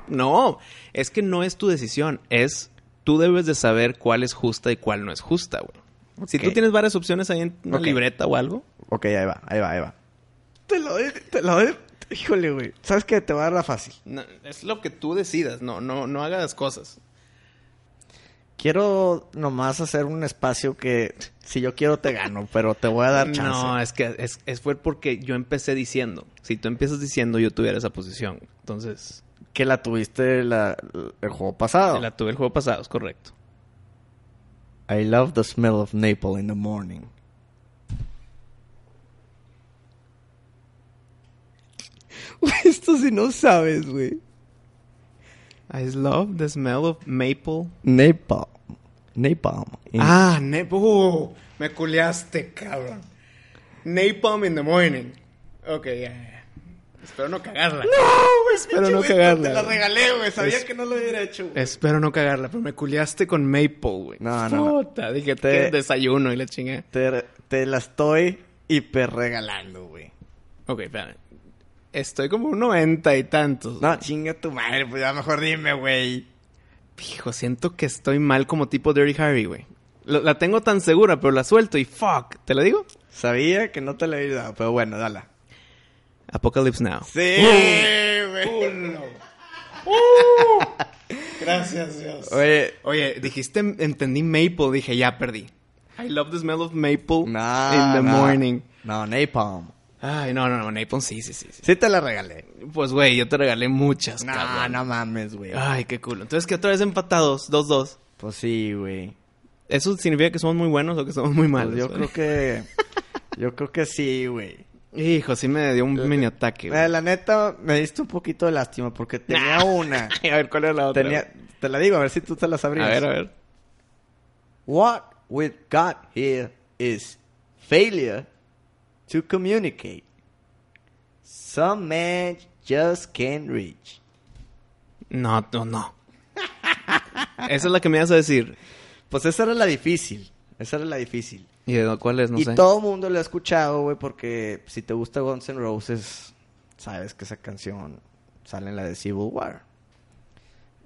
Speaker 2: No, es que no es tu decisión. Es tú debes de saber cuál es justa y cuál no es justa, güey. Si
Speaker 1: Ok.
Speaker 2: tú tienes varias opciones ahí en una
Speaker 1: Ok.
Speaker 2: libreta o algo,
Speaker 1: ok, ahí va, ahí va, ahí va. Te lo doy, te lo doy. Híjole, güey. ¿Sabes qué? Te va a dar la fácil.
Speaker 2: No, es lo que tú decidas, no, no, no hagas cosas.
Speaker 1: Quiero nomás hacer un espacio que si yo quiero te gano, pero te voy a dar chance.
Speaker 2: No, es que es, es fue porque yo empecé diciendo. Si tú empiezas diciendo, yo tuviera esa posición. Entonces,
Speaker 1: Que la tuviste la- el juego pasado.
Speaker 2: la tuve el juego pasado, es correcto.
Speaker 1: I love the smell of Naples in the morning.
Speaker 4: Esto si no sabes, güey.
Speaker 2: I love the smell of maple.
Speaker 1: Napalm. Napalm. in-
Speaker 2: Ah, Napalm. me culeaste, cabrón. Napalm in the morning. Ok, ya, ya, ya. Espero no cagarla. Espero no cagarla. güey.
Speaker 1: regalé, güey.
Speaker 2: Sabía
Speaker 1: que no lo hubiera hecho.
Speaker 2: Espero no cagarla, pero me culeaste con maple, güey.
Speaker 1: No, no, no.
Speaker 2: Puta, dije,
Speaker 1: Te-
Speaker 2: "¿Qué desayuno y la chingada.
Speaker 1: Te, te la estoy hiper regalando, güey.
Speaker 2: Ok, espérame. Estoy como un noventa y tantos.
Speaker 1: No, chinga tu madre, pues ya mejor dime, güey.
Speaker 2: Hijo, siento que estoy mal como tipo Dirty Harry, güey. Lo- La tengo tan segura, pero la suelto y fuck. ¿Te lo digo?
Speaker 1: Sabía que no te la había dado, pero bueno, dala.
Speaker 2: Apocalypse Now. ¡Oh!
Speaker 1: Sí,
Speaker 2: Uh,
Speaker 1: Uh.
Speaker 2: Gracias, Dios.
Speaker 1: Oye,
Speaker 2: Oye, dijiste, entendí Maple, dije, ya perdí. I love the smell of Maple
Speaker 1: no.
Speaker 2: in the
Speaker 1: no.
Speaker 2: morning.
Speaker 1: No, Napalm.
Speaker 2: Ay, no, no, no, Maple, sí, sí, sí. sí.
Speaker 1: Sí te la regalé.
Speaker 2: Pues, güey, yo te regalé muchas,
Speaker 1: No,
Speaker 2: cabrón.
Speaker 1: no mames, güey.
Speaker 2: Ay, qué culo. Entonces, que otra vez empatados, 2-2.
Speaker 1: Ah, Pues sí, güey.
Speaker 2: ¿Eso significa que somos muy buenos o que somos muy
Speaker 1: Pues
Speaker 2: malos?
Speaker 1: yo
Speaker 2: güey?
Speaker 1: creo que. Yo creo que sí, güey.
Speaker 2: Hijo, sí me dio un mini ataque, güey.
Speaker 1: Eh, la neta, me diste un poquito de lástima porque tenía una.
Speaker 2: Ay, a ver, ¿cuál era la otra?
Speaker 1: Tenía, te la digo, a ver si tú te la
Speaker 2: güey?
Speaker 1: sabrías.
Speaker 2: A ver, a ver.
Speaker 1: What we've got here is failure to communicate. Some men just can't reach.
Speaker 2: No, no, no. Esa es la que me ibas a decir.
Speaker 1: Pues esa era la difícil. Esa era la difícil.
Speaker 2: ¿Y de lo- cuál es? No
Speaker 1: y
Speaker 2: sé.
Speaker 1: todo el mundo la ha escuchado, güey, porque si te gusta Guns N' Roses, sabes que esa canción sale en la de Civil War.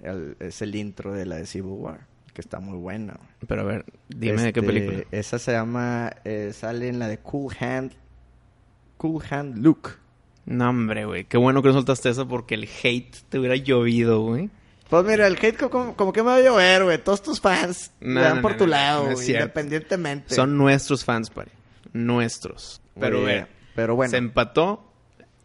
Speaker 1: El- es el intro de la de Civil War, que está muy buena. güey.
Speaker 2: Pero a ver, dime de qué
Speaker 1: Este,
Speaker 2: película.
Speaker 1: Esa se llama, eh, sale en la de Cool Hand, Cool Hand Luke.
Speaker 2: No, hombre, güey. Qué bueno que no soltaste esa porque el hate te hubiera llovido, güey.
Speaker 1: Pues mira, el hate co- como, como que me va a llover, güey. Todos tus fans
Speaker 2: No,
Speaker 1: le dan
Speaker 2: no,
Speaker 1: por
Speaker 2: no,
Speaker 1: tu
Speaker 2: no,
Speaker 1: lado,
Speaker 2: no es
Speaker 1: güey,
Speaker 2: cierto.
Speaker 1: independientemente.
Speaker 2: Son nuestros fans, pari. Nuestros. Pero,
Speaker 1: Güey,
Speaker 2: ver,
Speaker 1: pero bueno,
Speaker 2: Se empató.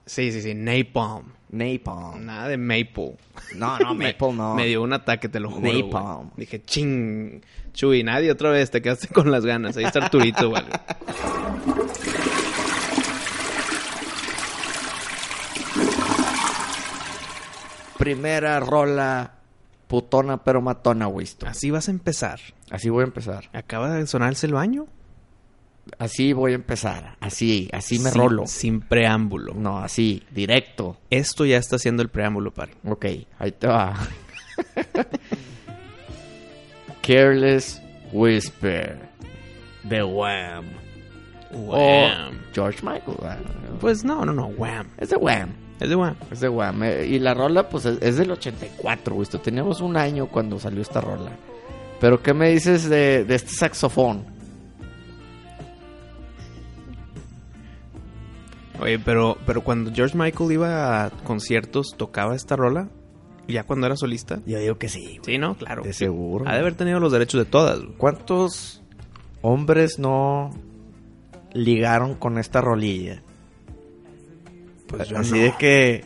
Speaker 2: Sí, sí, sí. Napalm.
Speaker 1: Napalm.
Speaker 2: Nada de Maple.
Speaker 1: No, no, Maple no.
Speaker 2: Me dio un ataque, te lo juro. güey.
Speaker 1: Napalm.
Speaker 2: Dije, ching. Chuy, nadie otra vez. Te quedaste con las ganas. Ahí está Arturito, güey.
Speaker 1: Primera rola putona pero matona, Wisto.
Speaker 2: Así vas a empezar.
Speaker 1: Así voy a empezar.
Speaker 2: Acaba de sonarse el baño.
Speaker 1: Así voy a empezar. Así, así me
Speaker 2: Sin-
Speaker 1: rolo.
Speaker 2: Sin preámbulo.
Speaker 1: No, así, directo.
Speaker 2: Esto ya está siendo el preámbulo, pari.
Speaker 1: Ok, ahí te va. Careless Whisper. The Wham.
Speaker 2: Wham.
Speaker 1: O George Michael. ah,
Speaker 2: Pues no, no, no, Wham.
Speaker 1: Es de Wham.
Speaker 2: Es de Wham.
Speaker 1: Es de Wham. eh, Y la rola, pues es, es del 84, güey. Esto, Teníamos un año cuando salió esta rola. Pero, ¿qué me dices de, de este saxofón?
Speaker 2: Oye, pero, pero cuando George Michael iba a conciertos, tocaba esta rola, ya cuando era solista.
Speaker 1: Yo digo que sí,
Speaker 2: Sí, ¿no? Claro.
Speaker 1: De seguro.
Speaker 2: Ha de haber tenido los derechos de todas. güey.
Speaker 1: ¿Cuántos hombres no ligaron con esta rolilla?
Speaker 2: Pues yo
Speaker 1: Así
Speaker 2: no.
Speaker 1: de que.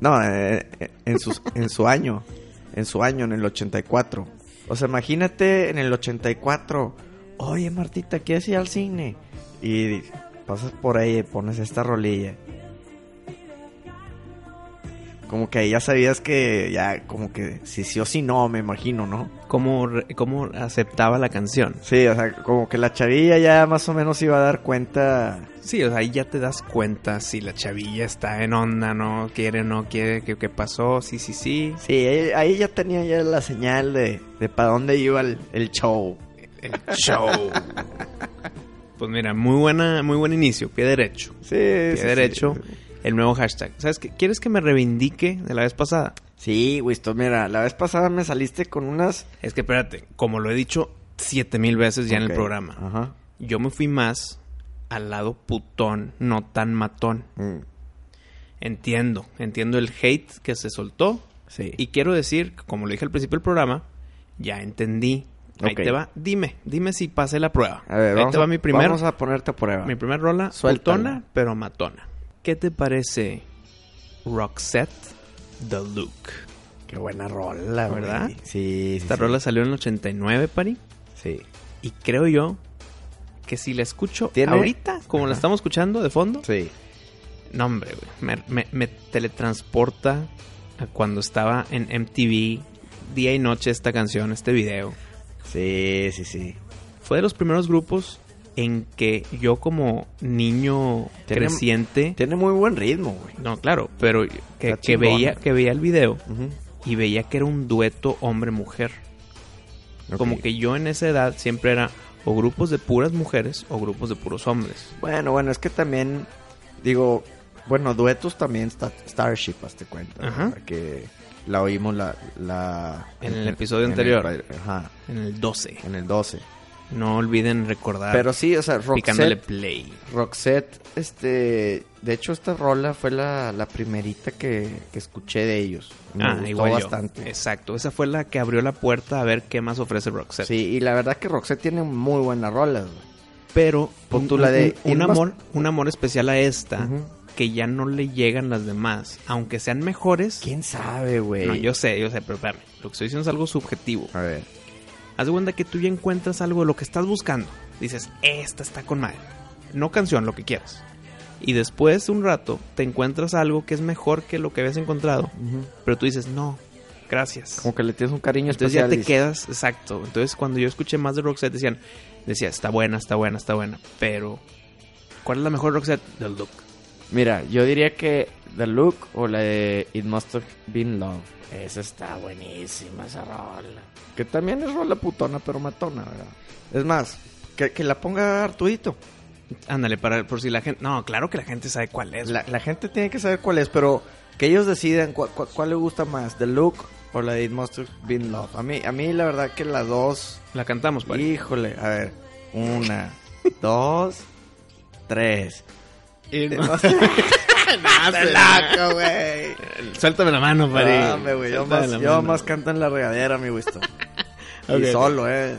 Speaker 1: No, eh, eh, en, sus- en su año. En su año, en el 84. O sea, imagínate en el 84. Oye, Martita, ¿quieres ir al cine? Y pasas por ahí y pones esta rolilla. Como que ahí ya sabías que ya, como que si sí o si no, me imagino, ¿no?
Speaker 2: ¿Cómo, re- cómo aceptaba la canción?
Speaker 1: Sí, o sea, como que la chavilla ya más o menos iba a dar cuenta.
Speaker 2: Sí, o sea, ahí ya te das cuenta si la chavilla está en onda, no quiere, no quiere, qué, qué pasó, sí, sí, sí.
Speaker 1: Sí, ahí, ahí ya tenía ya la señal de, de para dónde iba el, el show.
Speaker 2: El show. pues mira, muy buena, muy buen inicio, pie derecho.
Speaker 1: Sí,
Speaker 2: Pie
Speaker 1: sí,
Speaker 2: derecho,
Speaker 1: sí.
Speaker 2: el nuevo hashtag. ¿Sabes qué? ¿Quieres que me reivindique de la vez pasada?
Speaker 1: Sí, Wisto, mira, la vez pasada me saliste con unas...
Speaker 2: Es que espérate, como lo he dicho siete mil veces Pues ya en el
Speaker 1: Ok, Ah.
Speaker 2: programa,
Speaker 1: Ajá.
Speaker 2: yo me fui más al lado putón, no tan matón.
Speaker 1: Mm,
Speaker 2: Entiendo, entiendo el hate que se soltó.
Speaker 1: Sí.
Speaker 2: Y quiero decir, como lo dije al principio del programa, ya entendí. Ahí
Speaker 1: Ok.
Speaker 2: te va, dime, dime si pasé la prueba.
Speaker 1: A ver,
Speaker 2: Ahí
Speaker 1: vamos
Speaker 2: te va
Speaker 1: a,
Speaker 2: mi primer,
Speaker 1: vamos a ponerte a prueba.
Speaker 2: mi primer rola,
Speaker 1: Suéltala.
Speaker 2: soltona pero matona. ¿Qué te parece Roxette The Look?
Speaker 1: Qué buena rola, güey.
Speaker 2: ¿Verdad?
Speaker 1: Sí, sí,
Speaker 2: Esta
Speaker 1: sí.
Speaker 2: rola salió en el 89, Pari.
Speaker 1: Sí.
Speaker 2: Y creo yo que si la escucho
Speaker 1: Tiene-
Speaker 2: ahorita, como la estamos escuchando de fondo,
Speaker 1: Sí.
Speaker 2: no, hombre, güey, me, me- me teletransporta a cuando estaba en MTV, día y noche, esta canción, este video.
Speaker 1: Sí, sí, sí.
Speaker 2: Fue de los primeros grupos en que yo, como niño
Speaker 1: Tiene-
Speaker 2: creciente,
Speaker 1: Tiene muy buen ritmo, güey.
Speaker 2: no, claro, pero que,
Speaker 1: Está
Speaker 2: que
Speaker 1: chingona.
Speaker 2: veía, que veía el video
Speaker 1: Ujú.
Speaker 2: y veía que era un dueto hombre-mujer.
Speaker 1: Ok.
Speaker 2: Como que yo en esa edad siempre era o grupos de puras mujeres o grupos de puros hombres.
Speaker 1: Bueno, bueno, es que también, digo, bueno, duetos también está Starship, hazte cuenta.
Speaker 2: Ajá.
Speaker 1: ¿verdad? Que la oímos la... la
Speaker 2: En el episodio
Speaker 1: en el-
Speaker 2: anterior.
Speaker 1: ajá,
Speaker 2: En el 12.
Speaker 1: en el 12.
Speaker 2: No olviden recordar
Speaker 1: Pero sí, o sea,
Speaker 2: Ah. picándole
Speaker 1: Roxette,
Speaker 2: play.
Speaker 1: Roxette, este... De hecho, esta rola fue la, la primerita que, que escuché de ellos. Me
Speaker 2: ah,
Speaker 1: gustó
Speaker 2: igual yo.
Speaker 1: bastante.
Speaker 2: Exacto. Esa fue la que abrió la puerta a ver qué más ofrece Roxette.
Speaker 1: Sí, y la verdad que Roxette tiene muy buenas rolas, güey.
Speaker 2: Pero
Speaker 1: Pon
Speaker 2: un,
Speaker 1: tú la de
Speaker 2: un- un
Speaker 1: Irma-
Speaker 2: amor, un amor especial a esta
Speaker 1: Ujú.
Speaker 2: que ya no le llegan las demás, aunque sean mejores.
Speaker 1: ¿Quién sabe, güey?
Speaker 2: No, yo sé, yo sé, pero espérame. Lo que estoy diciendo es algo subjetivo.
Speaker 1: A ver.
Speaker 2: Haz de cuenta que tú ya encuentras algo de lo que estás buscando. Dices, esta está con madre. No canción, lo que quieras. Y después de un rato te encuentras algo que es mejor que lo que habías encontrado. Pero tú dices, no, gracias.
Speaker 1: Como que le tienes un cariño
Speaker 2: Entonces ya
Speaker 1: especial.
Speaker 2: te
Speaker 1: dices.
Speaker 2: quedas, exacto. Entonces cuando yo escuché más de Roxette decían, decía, está buena, está buena, está buena. Pero, ¿cuál es la mejor Roxette? The Look.
Speaker 1: Mira, yo diría que The Look o la de It Must Have Been Love. Esa está buenísima, esa rola. Que también es rola putona, pero matona, ¿verdad? Es más, que, que la ponga Artudito.
Speaker 2: Ándale, para, por si la gente... No, claro que la gente sabe cuál es.
Speaker 1: La, la gente tiene que saber cuál es, pero que ellos decidan cua- cua- cuál le gusta más, The Look o la de It Must Have Been Love. A mí, a mí la verdad que las dos...
Speaker 2: La cantamos, Pari.
Speaker 1: Híjole, a ver. Una, dos, tres. Laco, güey.
Speaker 2: Suéltame la mano, Pari.
Speaker 1: Dame, güey. Yo,
Speaker 2: Suéltame
Speaker 1: más,
Speaker 2: la
Speaker 1: yo
Speaker 2: mano.
Speaker 1: más canto en la regadera, mi Wisto. y
Speaker 2: Ok, ok.
Speaker 1: solo, eh.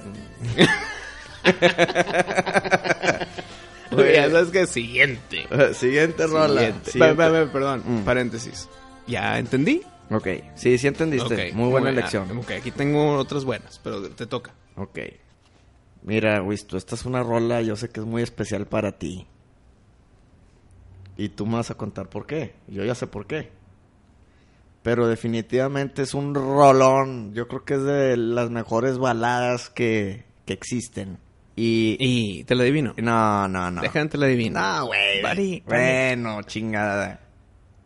Speaker 2: Muy bien, ¿sabes qué? Siguiente.
Speaker 1: Siguiente rola.
Speaker 2: Siguiente.
Speaker 1: Siguiente.
Speaker 2: Ve, ve, ve, perdón,
Speaker 1: Mm.
Speaker 2: paréntesis. Ya entendí.
Speaker 1: Ok, sí, sí entendiste.
Speaker 2: Ok,
Speaker 1: Muy buena
Speaker 2: bien.
Speaker 1: elección.
Speaker 2: Ah, ok, aquí tengo otras buenas, pero te toca.
Speaker 1: Ok. Mira, Wisto, esta es una rola, yo sé que es muy especial para ti. Y tú me vas a contar por qué. Yo ya sé por qué. Pero definitivamente es un rolón. Yo creo que es de las mejores baladas que, que existen. Y,
Speaker 2: Y te la adivino.
Speaker 1: No, no, no.
Speaker 2: Déjame te la adivino.
Speaker 1: No, güey.
Speaker 2: Pari,
Speaker 1: Bueno, chingada.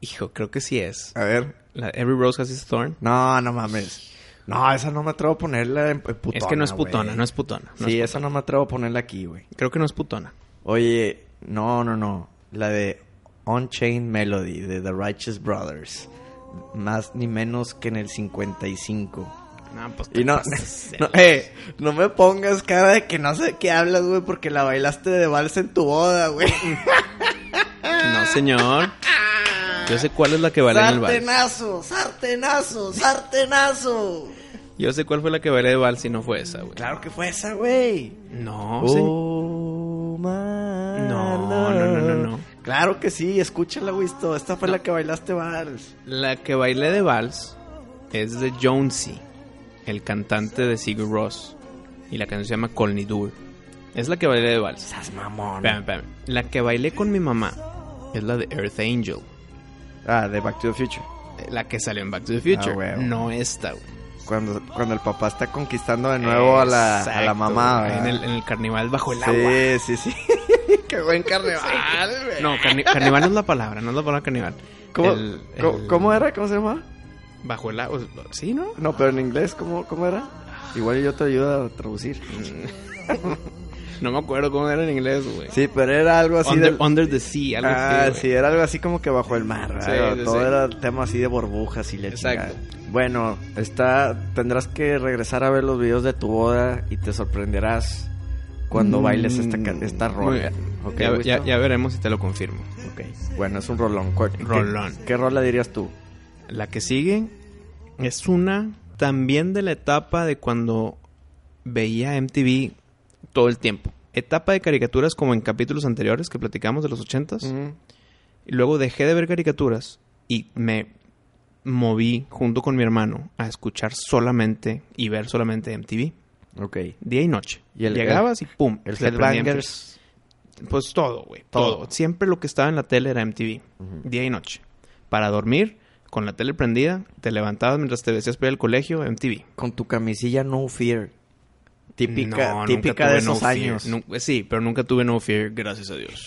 Speaker 2: Hijo, creo que sí es.
Speaker 1: A ver.
Speaker 2: La Every Rose Has Its Thorn.
Speaker 1: No, no mames. No, esa no me atrevo a ponerla en, en putona.
Speaker 2: es que no es putona,
Speaker 1: güey.
Speaker 2: no es putona. no
Speaker 1: sí,
Speaker 2: es
Speaker 1: esa no me atrevo a ponerla aquí, güey.
Speaker 2: put- Creo que no es putona.
Speaker 1: Oye, no, no, no. La de Unchained Melody de The Righteous Brothers. Más ni menos que en el 55.
Speaker 2: No, pues
Speaker 1: Y no,
Speaker 2: pasas de
Speaker 1: no,
Speaker 2: la-
Speaker 1: eh, no me pongas cara de que no sé de qué hablas, güey, porque la bailaste de vals en tu boda, güey.
Speaker 2: no, señor. Yo sé cuál es la que bailé en el vals.
Speaker 1: Sartenazo, sartenazo, sartenazo.
Speaker 2: Yo sé cuál fue la que bailé de vals y no fue esa, güey. Uh.
Speaker 1: Claro que fue esa, güey.
Speaker 2: No, señor.
Speaker 1: Oh, my
Speaker 2: No, no, no, no, no.
Speaker 1: Claro que sí, escúchala, Wisto. Esta fue la que bailaste vals.
Speaker 2: La que bailé de vals es de Jonesy, el cantante de Sigur Ross. Y la canción se llama Colnidur. Es la que bailé de vals.
Speaker 1: Estás mamón.
Speaker 2: Espérame, espérame. La que bailé con mi mamá es la de Earth Angel.
Speaker 1: Ah, de Back to the Future.
Speaker 2: La que salió en Back to the Future.
Speaker 1: Ah, huevo.
Speaker 2: no esta, güey.
Speaker 1: Cuando, cuando el papá está conquistando de nuevo a la, a la
Speaker 2: Exacto,
Speaker 1: mamá.
Speaker 2: güey. En
Speaker 1: ¿verdad?
Speaker 2: el, en el carnaval bajo el
Speaker 1: sí,
Speaker 2: agua.
Speaker 1: sí, sí, Qué buen carnaval, güey.
Speaker 2: No, carni- carnaval no es la palabra, no es la palabra carnaval.
Speaker 1: ¿Cómo,
Speaker 2: El-
Speaker 1: co-
Speaker 2: el-
Speaker 1: cómo era? ¿Cómo se llama?
Speaker 2: Bajo el agua. Sí, ¿no?
Speaker 1: No, pero en inglés, ¿cómo, cómo era? Igual yo te ayudo a traducir.
Speaker 2: No me acuerdo cómo era en inglés, güey.
Speaker 1: Sí, pero era algo así
Speaker 2: Under,
Speaker 1: del-
Speaker 2: Under the Sea, algo
Speaker 1: Ah,
Speaker 2: así. güey.
Speaker 1: sí, era algo así como que bajo el mar,
Speaker 2: Sí,
Speaker 1: ¿verdad?
Speaker 2: sí,
Speaker 1: todo
Speaker 2: sí.
Speaker 1: era tema así de burbujas y la
Speaker 2: Exacto.
Speaker 1: chingada. Bueno, está, tendrás que regresar a ver los videos de tu boda y te sorprenderás cuando bailes esta, ca-
Speaker 2: Mm,
Speaker 1: esta
Speaker 2: Muy
Speaker 1: rola.
Speaker 2: bien.
Speaker 1: ¿Ok,
Speaker 2: ya,
Speaker 1: Wisto?
Speaker 2: ya- ya veremos si te lo confirmo.
Speaker 1: Ok. Bueno, es un rolón. ¿Cuál- qué-
Speaker 2: Rolón.
Speaker 1: ¿Qué, rola dirías tú?
Speaker 2: La que sigue es una también de la etapa de cuando veía MTV todo el tiempo. Etapa de caricaturas como en capítulos anteriores que platicamos de los ochentas. Y luego dejé de ver caricaturas y me moví junto con mi hermano a escuchar solamente y ver solamente MTV.
Speaker 1: Ok.
Speaker 2: Día y noche.
Speaker 1: Y el-
Speaker 2: Llegabas y pum.
Speaker 1: El
Speaker 2: te prendía
Speaker 1: Headbangers.
Speaker 2: MTV. Pues todo, güey.
Speaker 1: Todo.
Speaker 2: Todo. Siempre lo que estaba en la tele era MTV.
Speaker 1: Ujú.
Speaker 2: Día y noche. Para dormir, con la tele prendida, te levantabas mientras te decías para ir al colegio, MTV.
Speaker 1: Con tu camisilla No Fear. Típica,
Speaker 2: No, nunca
Speaker 1: típica
Speaker 2: tuve
Speaker 1: de
Speaker 2: No
Speaker 1: esos
Speaker 2: Fear.
Speaker 1: años.
Speaker 2: Nu- sí, pero nunca tuve No Fear, gracias a Dios.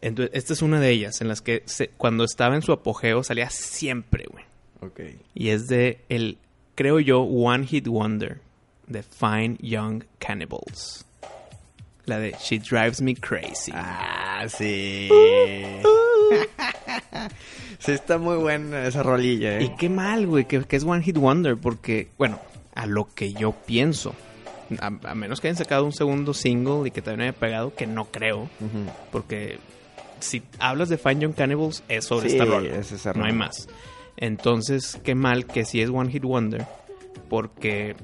Speaker 2: Entonces, esta es una de ellas en las que se- cuando estaba en su apogeo salía siempre, güey.
Speaker 1: Ok.
Speaker 2: Y es de el, creo yo, One Hit Wonder de Fine Young Cannibals. La de She Drives Me Crazy.
Speaker 1: Ah, sí. sí, está muy buena esa rolilla,
Speaker 2: Y
Speaker 1: ¿eh?
Speaker 2: qué mal, güey, que, que es One Hit Wonder, porque, bueno, a lo que yo pienso, a, a menos que hayan sacado un segundo single y que también haya pegado, que no creo,
Speaker 1: Ujú.
Speaker 2: porque si hablas de Fine Young Cannibals es sobre
Speaker 1: Sí,
Speaker 2: esta rola,
Speaker 1: es esa
Speaker 2: no hay
Speaker 1: rola.
Speaker 2: más. Entonces, qué mal que si es One Hit Wonder, porque,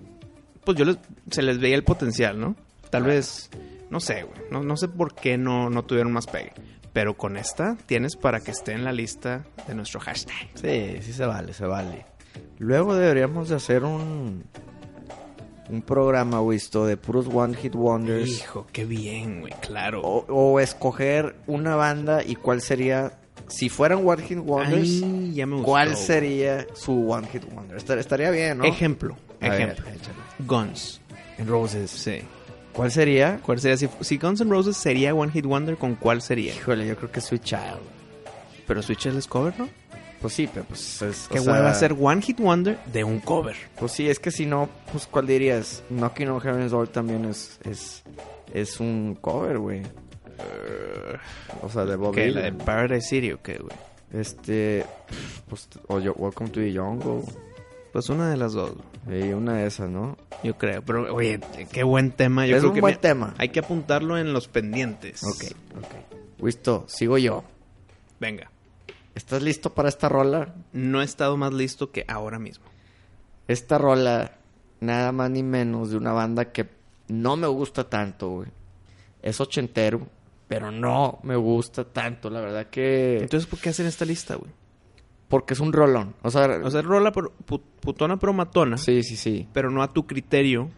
Speaker 2: pues yo les, se les veía el potencial, ¿no? Tal vez, no sé, güey, no, no sé por qué no, no tuvieron más pegue. Pero con esta tienes para que esté en la lista de nuestro hashtag.
Speaker 1: Sí, sí se vale, se vale. Luego deberíamos de hacer un un programa, Wisto, de puros One Hit Wonders.
Speaker 2: Hijo, qué bien, güey, claro.
Speaker 1: O, o escoger una banda y cuál sería, si fueran One Hit Wonders,
Speaker 2: Ay, ya me gustó,
Speaker 1: cuál
Speaker 2: güey.
Speaker 1: sería su One Hit Wonder. Estar- estaría bien, ¿no?
Speaker 2: Ejemplo,
Speaker 1: A ver,
Speaker 2: ejemplo.
Speaker 1: échale.
Speaker 2: Guns.
Speaker 1: Roses.
Speaker 2: Sí.
Speaker 1: ¿Cuál sería?
Speaker 2: ¿Cuál sería? Si, si Guns N' Roses sería One Hit Wonder, ¿con cuál sería?
Speaker 1: Híjole, yo creo que Sweet Child.
Speaker 2: Pero Switch es cover, ¿no?
Speaker 1: Pues sí, pero pues es
Speaker 2: Que
Speaker 1: o sea,
Speaker 2: hueva ser One Hit Wonder de un cover.
Speaker 1: Pues sí, es que si no, pues ¿cuál dirías? Knocking on Heaven's Door también es es es un cover, güey. O sea, de Bob
Speaker 2: Que la de
Speaker 1: Dylan.
Speaker 2: Paradise City, ¿o qué, güey?
Speaker 1: Este, pues, o yo- Welcome to the Jungle.
Speaker 2: Pues una de las dos, güey,
Speaker 1: Y una de esas, ¿no?
Speaker 2: yo creo. Pero, oye, qué buen tema. Yo
Speaker 1: es
Speaker 2: creo
Speaker 1: un
Speaker 2: que
Speaker 1: buen
Speaker 2: me-
Speaker 1: tema.
Speaker 2: Hay que apuntarlo en los pendientes.
Speaker 1: Ok, ok. Listo, sigo yo.
Speaker 2: Venga.
Speaker 1: ¿Estás listo para esta rola?
Speaker 2: No he estado más listo que ahora mismo.
Speaker 1: Esta rola, nada más ni menos de una banda que no me gusta tanto, güey. Es ochentero, pero no me gusta tanto. La verdad que...
Speaker 2: Entonces, ¿por qué hacen esta lista, güey?
Speaker 1: porque es un rolón. O sea...
Speaker 2: O sea, rola por- put- putona pero matona,
Speaker 1: sí, sí, sí.
Speaker 2: pero no a tu criterio.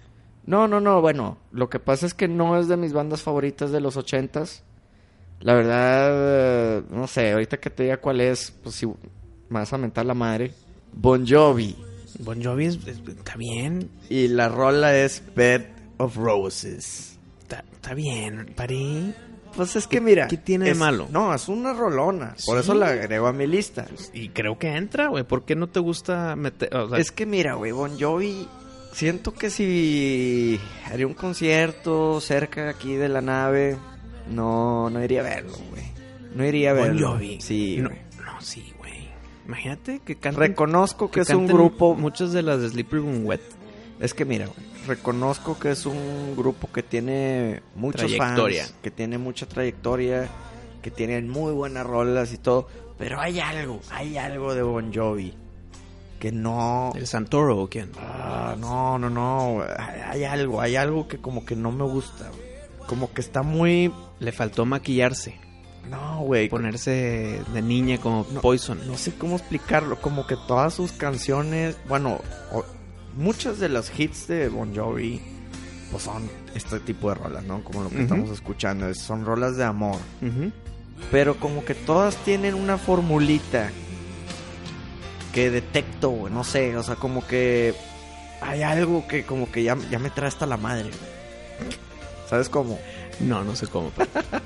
Speaker 1: No, no, no, bueno, lo que pasa es que no es de mis bandas favoritas de los ochentas. La verdad, eh, no sé, ahorita que te diga cuál es, pues si me vas a mentar la madre. Bon Jovi.
Speaker 2: Bon Jovi es- es- está bien,
Speaker 1: Y la rola es Bed of Roses.
Speaker 2: está, está bien, parí.
Speaker 1: Pues es que mira.
Speaker 2: qué tiene de
Speaker 1: es-
Speaker 2: malo?
Speaker 1: No, es una rolona. Por
Speaker 2: Sí. Pues,
Speaker 1: eso la agrego a mi lista.
Speaker 2: Y creo que entra, güey. ¿Por qué no te gusta meter...? o sea,
Speaker 1: Es que mira, güey, Bon Jovi, siento que si haría un concierto cerca aquí de la nave, no, no iría a verlo, güey. No iría a
Speaker 2: Bon
Speaker 1: verlo.
Speaker 2: Jovi.
Speaker 1: Sí,
Speaker 2: no,
Speaker 1: güey.
Speaker 2: no, sí, güey. Imagínate que canten...
Speaker 1: Reconozco que es un
Speaker 2: canten
Speaker 1: grupo,
Speaker 2: Muchas de las de Sleeper When Wet.
Speaker 1: es que mira, güey, reconozco que es un grupo que tiene muchos
Speaker 2: Trayectoria.
Speaker 1: fans, que tiene mucha trayectoria, que tienen muy buenas rolas y todo, pero hay algo, hay algo de Bon Jovi que no
Speaker 2: ¿El Santoro o quién?
Speaker 1: Ah, no, no, no. Hay, hay algo, hay algo que como que no me gusta. güey. Como que está muy...
Speaker 2: Le faltó maquillarse.
Speaker 1: No, güey.
Speaker 2: Ponerse de niña como
Speaker 1: No,
Speaker 2: Poison.
Speaker 1: No sé cómo explicarlo. Como que todas sus canciones... Bueno, o- muchas de los hits de Bon Jovi... Pues son este tipo de rolas, ¿no? Como lo que
Speaker 2: Ujú.
Speaker 1: estamos escuchando. es- Son rolas de amor.
Speaker 2: Ujú.
Speaker 1: Pero como que todas tienen una formulita que detecto, güey, no sé, o sea, como que hay algo que como que ya, ya me trae hasta la madre. güey. ¿Sabes cómo?
Speaker 2: No, no sé cómo. Pero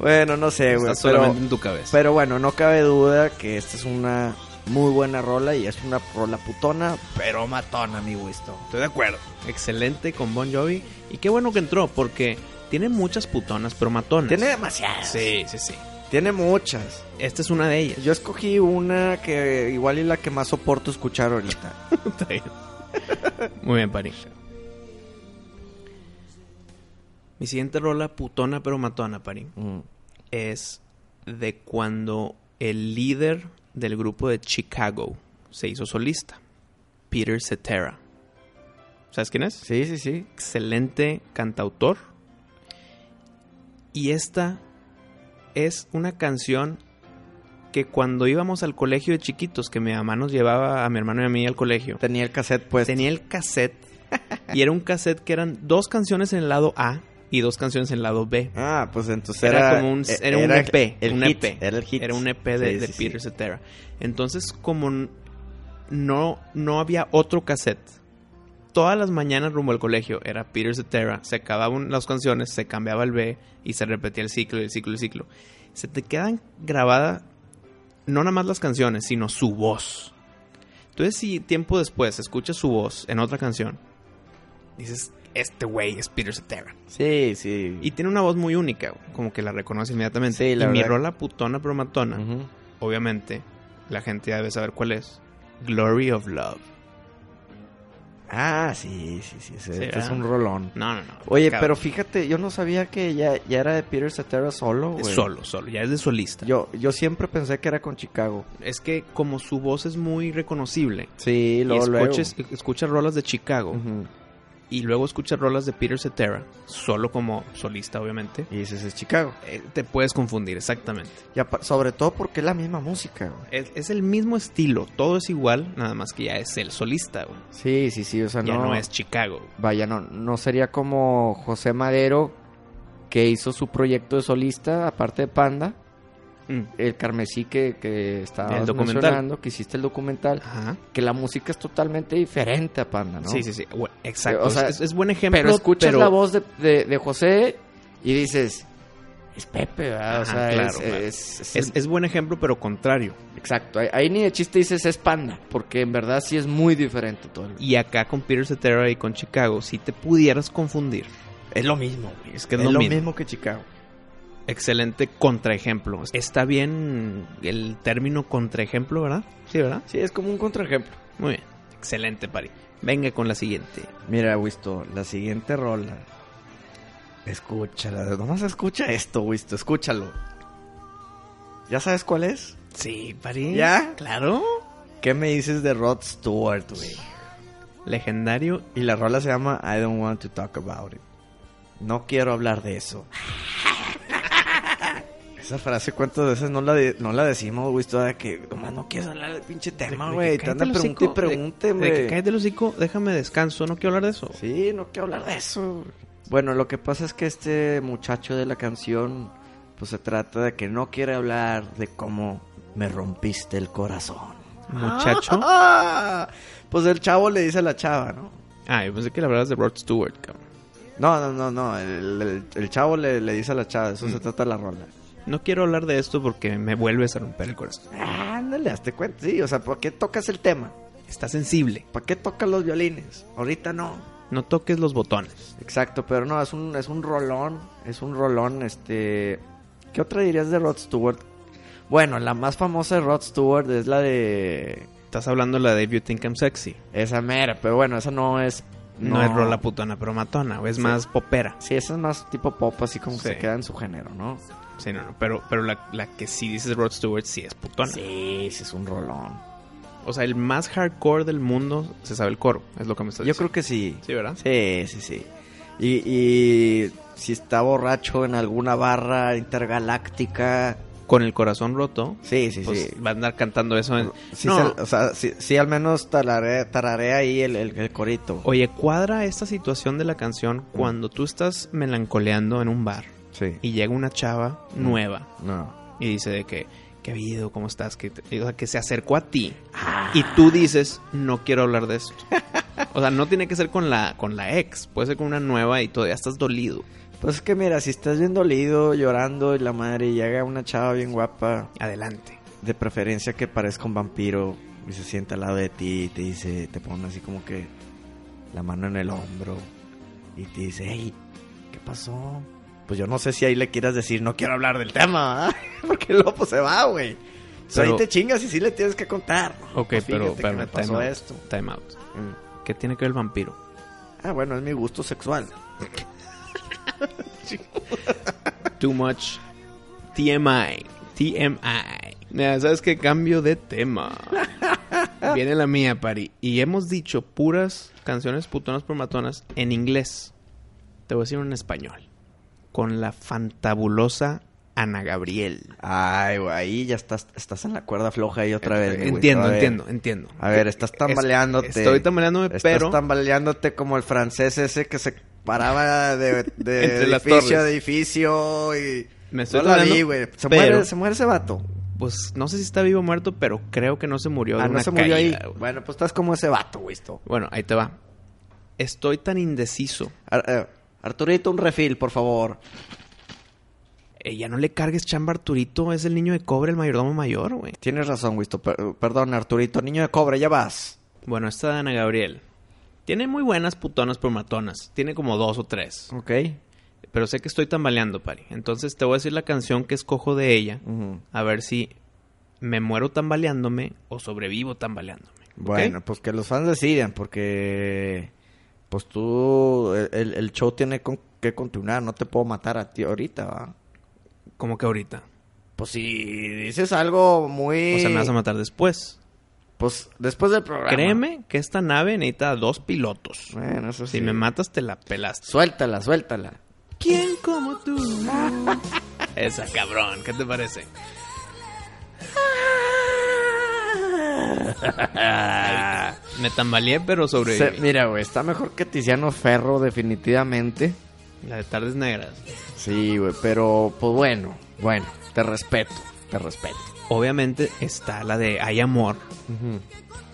Speaker 1: Bueno, no sé,
Speaker 2: está
Speaker 1: Eh, güey. Pero,
Speaker 2: solamente en tu cabeza.
Speaker 1: pero bueno, no cabe duda que esta es una muy buena rola y es una rola putona, pero matona, mi gusto.
Speaker 2: Estoy de acuerdo. Excelente con Bon Jovi. Y qué bueno que entró, porque tiene muchas putonas, pero matonas.
Speaker 1: Tiene demasiadas.
Speaker 2: Sí, sí, sí.
Speaker 1: Tiene muchas.
Speaker 2: Esta es una de ellas.
Speaker 1: Yo escogí una que igual es la que más soporto escuchar ahorita.
Speaker 2: Está bien. Muy bien, Pari. Mi siguiente rola, putona pero matona, Pari,
Speaker 1: Mm.
Speaker 2: es de cuando el líder del grupo de Chicago se hizo solista, Peter Cetera. ¿Sabes quién es?
Speaker 1: Sí, sí, sí.
Speaker 2: excelente cantautor. Y esta es una canción que cuando íbamos al colegio de chiquitos, que mi mamá nos llevaba a mi hermano y a mí al colegio,
Speaker 1: Tenía el cassette pues.
Speaker 2: tenía el cassette. Y era un cassette que eran dos canciones en el lado A y dos canciones en el lado B.
Speaker 1: Ah, pues entonces
Speaker 2: Era,
Speaker 1: era...
Speaker 2: como un,
Speaker 1: e-
Speaker 2: era un
Speaker 1: era
Speaker 2: EP.
Speaker 1: El
Speaker 2: un
Speaker 1: hit,
Speaker 2: EP.
Speaker 1: Era el hit.
Speaker 2: Era un EP de,
Speaker 1: Sí,
Speaker 2: de
Speaker 1: sí, sí.
Speaker 2: Peter Cetera. Entonces, como n- no, no había otro cassette, todas las mañanas rumbo al colegio era Peter Cetera. Se acababan las canciones, se cambiaba el B y se repetía el ciclo, y el ciclo, y el ciclo. Se te quedan grabadas no nada más las canciones, sino su voz. Entonces, si tiempo después escuchas su voz en otra canción, dices, este güey es Peter Cetera.
Speaker 1: Sí, sí.
Speaker 2: Y tiene una voz muy única, güey, como que la reconoce inmediatamente.
Speaker 1: Mm. Sí, la
Speaker 2: y mi
Speaker 1: verdad.
Speaker 2: rola putona pero matona,
Speaker 1: Ujú.
Speaker 2: obviamente, la gente ya debe saber cuál es. Glory of Love.
Speaker 1: Ah, sí, sí, sí. ese-
Speaker 2: Sí,
Speaker 1: este es
Speaker 2: ¿verdad?
Speaker 1: un rolón.
Speaker 2: No, no, no.
Speaker 1: Oye,
Speaker 2: cabrón.
Speaker 1: pero fíjate, yo no sabía que ya, ya era de Peter Cetera solo, güey.
Speaker 2: Es solo, solo, ya es de solista.
Speaker 1: Yo, yo siempre pensé que era con Chicago.
Speaker 2: Es que como su voz es muy reconocible,
Speaker 1: Sí,
Speaker 2: y
Speaker 1: luego, luego.
Speaker 2: escuches- escuchas rolas de Chicago
Speaker 1: Ujú.
Speaker 2: y luego escuchas rolas de Peter Cetera, solo como solista, obviamente,
Speaker 1: Y dices, es Chicago.
Speaker 2: eh, te puedes confundir, exactamente.
Speaker 1: Y apa- sobre todo porque es la misma música, güey.
Speaker 2: Es, es el mismo estilo, todo es igual, nada más que ya es el solista, güey.
Speaker 1: Sí, sí, sí, o sea,
Speaker 2: ya
Speaker 1: no,
Speaker 2: no es Chicago. güey.
Speaker 1: Vaya, no, no sería como José Madero, que hizo su proyecto de solista, aparte de Panda,
Speaker 2: Mm.
Speaker 1: el Carmesí que, que estaba
Speaker 2: El documental.
Speaker 1: mencionando, que hiciste el documental,
Speaker 2: Ajá.
Speaker 1: que la música es totalmente diferente a Panda, ¿no?
Speaker 2: Sí, sí, sí. Bueno, exacto.
Speaker 1: O sea,
Speaker 2: es, es buen ejemplo.
Speaker 1: Pero escuchas
Speaker 2: pero-
Speaker 1: la voz de, de- de José y dices, es Pepe, ¿verdad? O
Speaker 2: Ajá,
Speaker 1: sea,
Speaker 2: claro,
Speaker 1: es,
Speaker 2: claro.
Speaker 1: es- es-
Speaker 2: Es, es buen ejemplo, pero contrario.
Speaker 1: Exacto, ahí, ahí ni de chiste dices es Panda, porque en verdad sí es muy diferente todo. el-
Speaker 2: Y acá con Peter Cetera y con Chicago, si te pudieras confundir.
Speaker 1: Es lo mismo, güey.
Speaker 2: Es que es, lo, mismo.
Speaker 1: que Chicago.
Speaker 2: Excelente contraejemplo. Está bien el término contraejemplo, ¿verdad? Sí, ¿verdad?
Speaker 1: Sí, es como un contraejemplo.
Speaker 2: Muy bien. Excelente, Pari. Venga con la siguiente.
Speaker 1: Mira, Wisto, la siguiente rola. Escúchala. Nomás escucha esto, Wisto. Escúchalo. ¿Ya sabes cuál es?
Speaker 2: Sí, Pari.
Speaker 1: ¿Ya?
Speaker 2: Claro.
Speaker 1: ¿Qué me dices de Rod Stewart, güey?
Speaker 2: Legendario.
Speaker 1: Y la rola se llama I Don't Want to Talk About It. No quiero hablar de eso. Esa frase, ¿cuántas veces no la, de- no la decimos, güey? Toda que, nomás no quieres hablar del pinche tema, güey. Te anda pregunte y pregunte,
Speaker 2: De, que
Speaker 1: güey.
Speaker 2: cállate el hocico, déjame descanso, no quiero hablar de eso.
Speaker 1: Sí, no quiero hablar de eso. Bueno, lo que pasa es que este muchacho de la canción, pues se trata de que no quiere hablar de cómo me rompiste el corazón.
Speaker 2: Muchacho.
Speaker 1: Pues el chavo le dice a la chava, ¿no?
Speaker 2: Ah, yo pensé que le hablabas de Rod Stewart, cabrón.
Speaker 1: No, no, no, no. El, el- el chavo le, le dice a la chava,
Speaker 2: Mm.
Speaker 1: eso se trata la rola.
Speaker 2: No quiero hablar de esto porque me vuelves a romper el corazón.
Speaker 1: Ándale, hazte cuenta. Sí, o sea, ¿por qué tocas el tema?
Speaker 2: Está sensible.
Speaker 1: ¿Por qué tocas los violines? Ahorita no.
Speaker 2: No toques los botones.
Speaker 1: Exacto, pero no, es un, es un rolón, es un rolón, este... ¿Qué otra dirías de Rod Stewart? Bueno, la más famosa de Rod Stewart es la de...
Speaker 2: Estás hablando de la de You Think I'm Sexy.
Speaker 1: Esa mera, pero bueno, esa no es...
Speaker 2: No, es rola putona pero matona. o Es
Speaker 1: Sí.
Speaker 2: más popera.
Speaker 1: Sí, esa es más tipo pop, así como
Speaker 2: Sí.
Speaker 1: se queda en su género, ¿no?
Speaker 2: Sí, no, no. Pero, pero la, la que sí dices Rod Stewart sí es putona.
Speaker 1: Sí, sí, es un rolón.
Speaker 2: O sea, el más hardcore del mundo se sabe el coro. Es lo que me estás
Speaker 1: Yo creo
Speaker 2: diciendo.
Speaker 1: que sí.
Speaker 2: Sí, ¿verdad?
Speaker 1: Sí, sí, sí. Y, y si está borracho en alguna barra intergaláctica...
Speaker 2: Con el corazón roto,
Speaker 1: Sí, sí,
Speaker 2: pues
Speaker 1: sí.
Speaker 2: va a andar cantando eso. en-
Speaker 1: Sí,
Speaker 2: No.
Speaker 1: se- o sea, sí, sí al menos tararea, tararea ahí el, el- el corito.
Speaker 2: Oye, cuadra esta situación de la
Speaker 1: Mm.
Speaker 2: canción cuando tú estás melancoleando en un bar
Speaker 1: Sí.
Speaker 2: y llega una chava
Speaker 1: Mm.
Speaker 2: nueva
Speaker 1: No.
Speaker 2: y dice de que, ¿qué ha habido? ¿Cómo estás? Que, te- o sea, que se acercó a ti
Speaker 1: Ah,
Speaker 2: y tú dices, no quiero hablar de esto. O sea, no tiene que ser con la, con la ex, puede ser con una nueva y todavía estás dolido.
Speaker 1: Pues es que mira, si estás bien dolido, llorando y la madre y llega una chava bien guapa,
Speaker 2: Adelante.
Speaker 1: de preferencia que parezca un vampiro y se sienta al lado de ti y te dice, te pone así como que la mano en el hombro y te dice, hey, ¿qué pasó? Pues yo no sé si ahí le quieras decir, no quiero hablar del tema, ¿verdad? porque luego pues, se va, güey. O sea,
Speaker 2: Pero-
Speaker 1: ahí te chingas y sí le tienes que contar.
Speaker 2: Ok,
Speaker 1: Pues,
Speaker 2: pero,
Speaker 1: fíjate que me
Speaker 2: time,
Speaker 1: pasó
Speaker 2: out,
Speaker 1: esto.
Speaker 2: time out.
Speaker 1: Mm.
Speaker 2: ¿Qué tiene que ver el vampiro?
Speaker 1: Ah, bueno, es mi gusto sexual.
Speaker 2: Too much TMI. TMI. Mira, ¿sabes qué? Cambio de tema. Viene la mía, Pari. Y hemos dicho puras canciones putonas por matonas en inglés. Te voy a decir en español. Con la fantabulosa Ana Gabriel.
Speaker 1: Ay, güey, ahí ya estás, estás en la cuerda floja ahí otra vez. mi güey.
Speaker 2: entiendo,
Speaker 1: A ver,
Speaker 2: entiendo, entiendo.
Speaker 1: A ver, estás tambaleándote.
Speaker 2: Es- estoy tambaleándome,
Speaker 1: Estás
Speaker 2: pero-
Speaker 1: tambaleándote como el francés ese que se paraba de, de
Speaker 2: Entre las
Speaker 1: edificio
Speaker 2: torres.
Speaker 1: a edificio y...
Speaker 2: Me estoy
Speaker 1: No la vi,
Speaker 2: tambaleando,
Speaker 1: güey. Se,
Speaker 2: pero-
Speaker 1: muere, se muere ese vato.
Speaker 2: Pues no sé si está vivo o muerto, pero creo que no se murió. de
Speaker 1: Ah, no
Speaker 2: una
Speaker 1: se murió ahí.
Speaker 2: caída, güey.
Speaker 1: Bueno, pues estás como ese vato, güey. esto.
Speaker 2: Bueno, ahí te va. Estoy tan indeciso.
Speaker 1: Ar- eh, Arturito, un refil, por favor.
Speaker 2: Eh, ya no le cargues chamba a Arturito, es el niño de cobre, el mayordomo mayor, güey.
Speaker 1: Tienes razón, Wisto. Per- perdón, Arturito, niño de cobre, ya vas.
Speaker 2: Bueno, esta de Ana Gabriel. Tiene muy buenas putonas por matonas. Tiene como dos o tres.
Speaker 1: Ok.
Speaker 2: Pero sé que estoy tambaleando, pari. Entonces te voy a decir la canción que escojo de ella.
Speaker 1: Ujú.
Speaker 2: A ver si me muero tambaleándome o sobrevivo tambaleándome. ¿ok?
Speaker 1: Bueno, pues que los fans decidan, porque pues tú, el, el show tiene con- que continuar, no te puedo matar a ti ahorita, ¿va?
Speaker 2: Como que ahorita.
Speaker 1: Pues si dices algo muy...
Speaker 2: O sea, me vas a matar después.
Speaker 1: Pues después del programa.
Speaker 2: Créeme que esta nave necesita dos pilotos.
Speaker 1: Bueno, eso sí.
Speaker 2: Si me matas, te la pelaste.
Speaker 1: Suéltala, suéltala.
Speaker 2: ¿Quién como tú? Esa cabrón, ¿qué te parece? Me tambaleé, pero
Speaker 1: Se-
Speaker 2: sobreviví.
Speaker 1: mira, güey, está mejor que Tiziano Ferro definitivamente.
Speaker 2: La de tardes negras.
Speaker 1: Sí, güey, pero pues bueno, bueno, te respeto, te respeto.
Speaker 2: Obviamente está la de Hay Amor.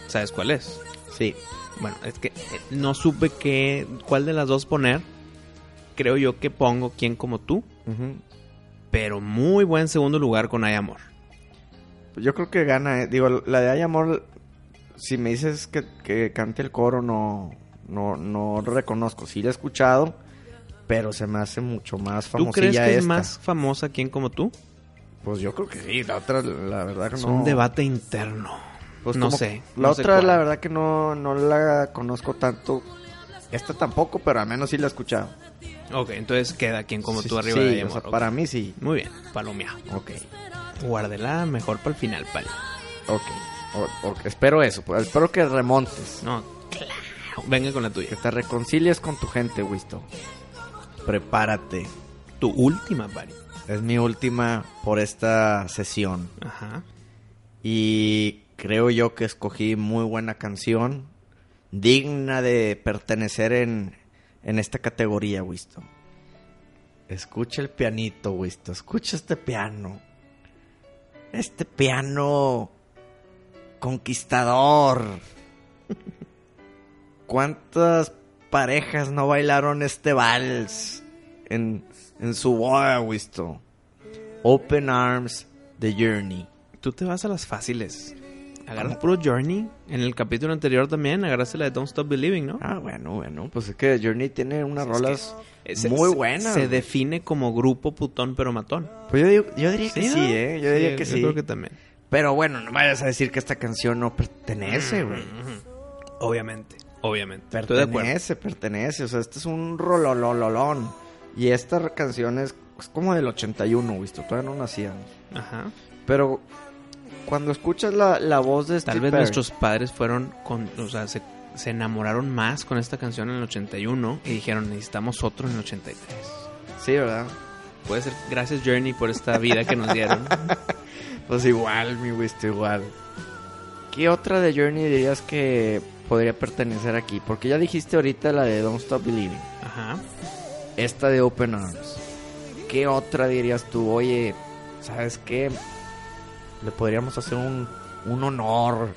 Speaker 2: ¿Sabes cuál es?
Speaker 1: Sí.
Speaker 2: Bueno, es que eh, no supe qué, cuál de las dos poner. Creo yo que pongo Quién como tú.
Speaker 1: Ujú.
Speaker 2: Pero muy buen segundo lugar con Hay Amor.
Speaker 1: Yo creo que gana, eh. digo, la de Hay Amor, si me dices que, que cante el coro, no, no, no reconozco. Sí la he escuchado, pero se me hace mucho más
Speaker 2: ¿Tú
Speaker 1: famosilla
Speaker 2: crees que es
Speaker 1: esta.
Speaker 2: más famosa Quién como tú?
Speaker 1: Pues yo creo que sí, la otra, la verdad que
Speaker 2: Es
Speaker 1: no.
Speaker 2: un debate interno.
Speaker 1: Pues
Speaker 2: no
Speaker 1: como-
Speaker 2: sé.
Speaker 1: La
Speaker 2: no sé
Speaker 1: otra,
Speaker 2: cuál.
Speaker 1: la verdad que no, no la conozco tanto. Esta tampoco, pero al menos sí la he escuchado.
Speaker 2: Ok, entonces queda quien como
Speaker 1: Sí,
Speaker 2: tú arriba
Speaker 1: sí,
Speaker 2: de
Speaker 1: o
Speaker 2: amor.
Speaker 1: sea,
Speaker 2: ok.
Speaker 1: para mí sí.
Speaker 2: Muy bien, palomia.
Speaker 1: Ok,
Speaker 2: Guárdela mejor para el final, pal.
Speaker 1: ok. O- o- espero eso, pues, espero que remontes.
Speaker 2: No, claro. Venga con la
Speaker 1: Que
Speaker 2: tuya.
Speaker 1: te reconcilies con tu gente, Wisto. Prepárate.
Speaker 2: Tu última, pari.
Speaker 1: Es mi última por esta sesión.
Speaker 2: Ajá.
Speaker 1: Y creo yo que escogí muy buena canción. Digna de pertenecer en, en esta categoría, Wisto. Escucha el pianito, Wisto. Escucha este piano. Este piano conquistador. ¿Cuántas parejas no bailaron este vals en, en su boda, Wisto? Open Arms, The Journey.
Speaker 2: Tú te vas a las fáciles. Agarras puro Journey. En el capítulo anterior también agarraste la de Don't Stop Believing, ¿no?
Speaker 1: Ah, bueno, bueno, pues es que Journey tiene unas
Speaker 2: Es
Speaker 1: rolas
Speaker 2: que Eh, se-
Speaker 1: muy
Speaker 2: se-
Speaker 1: buenas.
Speaker 2: Se define como grupo putón pero matón.
Speaker 1: Pues yo, digo- yo diría que sí,
Speaker 2: ¿no?
Speaker 1: ¿eh? Yo diría que sí.
Speaker 2: Yo creo que también.
Speaker 1: Pero bueno, no vayas a decir que esta canción no pertenece, güey.
Speaker 2: Obviamente, obviamente. Estoy de acuerdo.
Speaker 1: Pertenece, pertenece. O sea, este es un rololololón. Y esta re- canción es, es como del 81, ¿viste? Todavía no nacíamos.
Speaker 2: Ajá.
Speaker 1: Pero cuando escuchas la, la voz de Steve
Speaker 2: Tal vez
Speaker 1: Perry-
Speaker 2: nuestros padres fueron con, o sea, se, se enamoraron más con esta canción en el 81 y dijeron, necesitamos otro en el 83.
Speaker 1: Sí, ¿verdad?
Speaker 2: Puede ser, gracias Journey por esta vida que nos dieron.
Speaker 1: Pues igual, mi Wisto, igual. ¿Qué otra de Journey dirías que podría pertenecer aquí? Porque ya dijiste ahorita la de Don't Stop Believing.
Speaker 2: Ajá.
Speaker 1: Esta de Open Arms. ¿Qué otra dirías tú? Oye, ¿sabes qué? Le podríamos hacer un, un honor.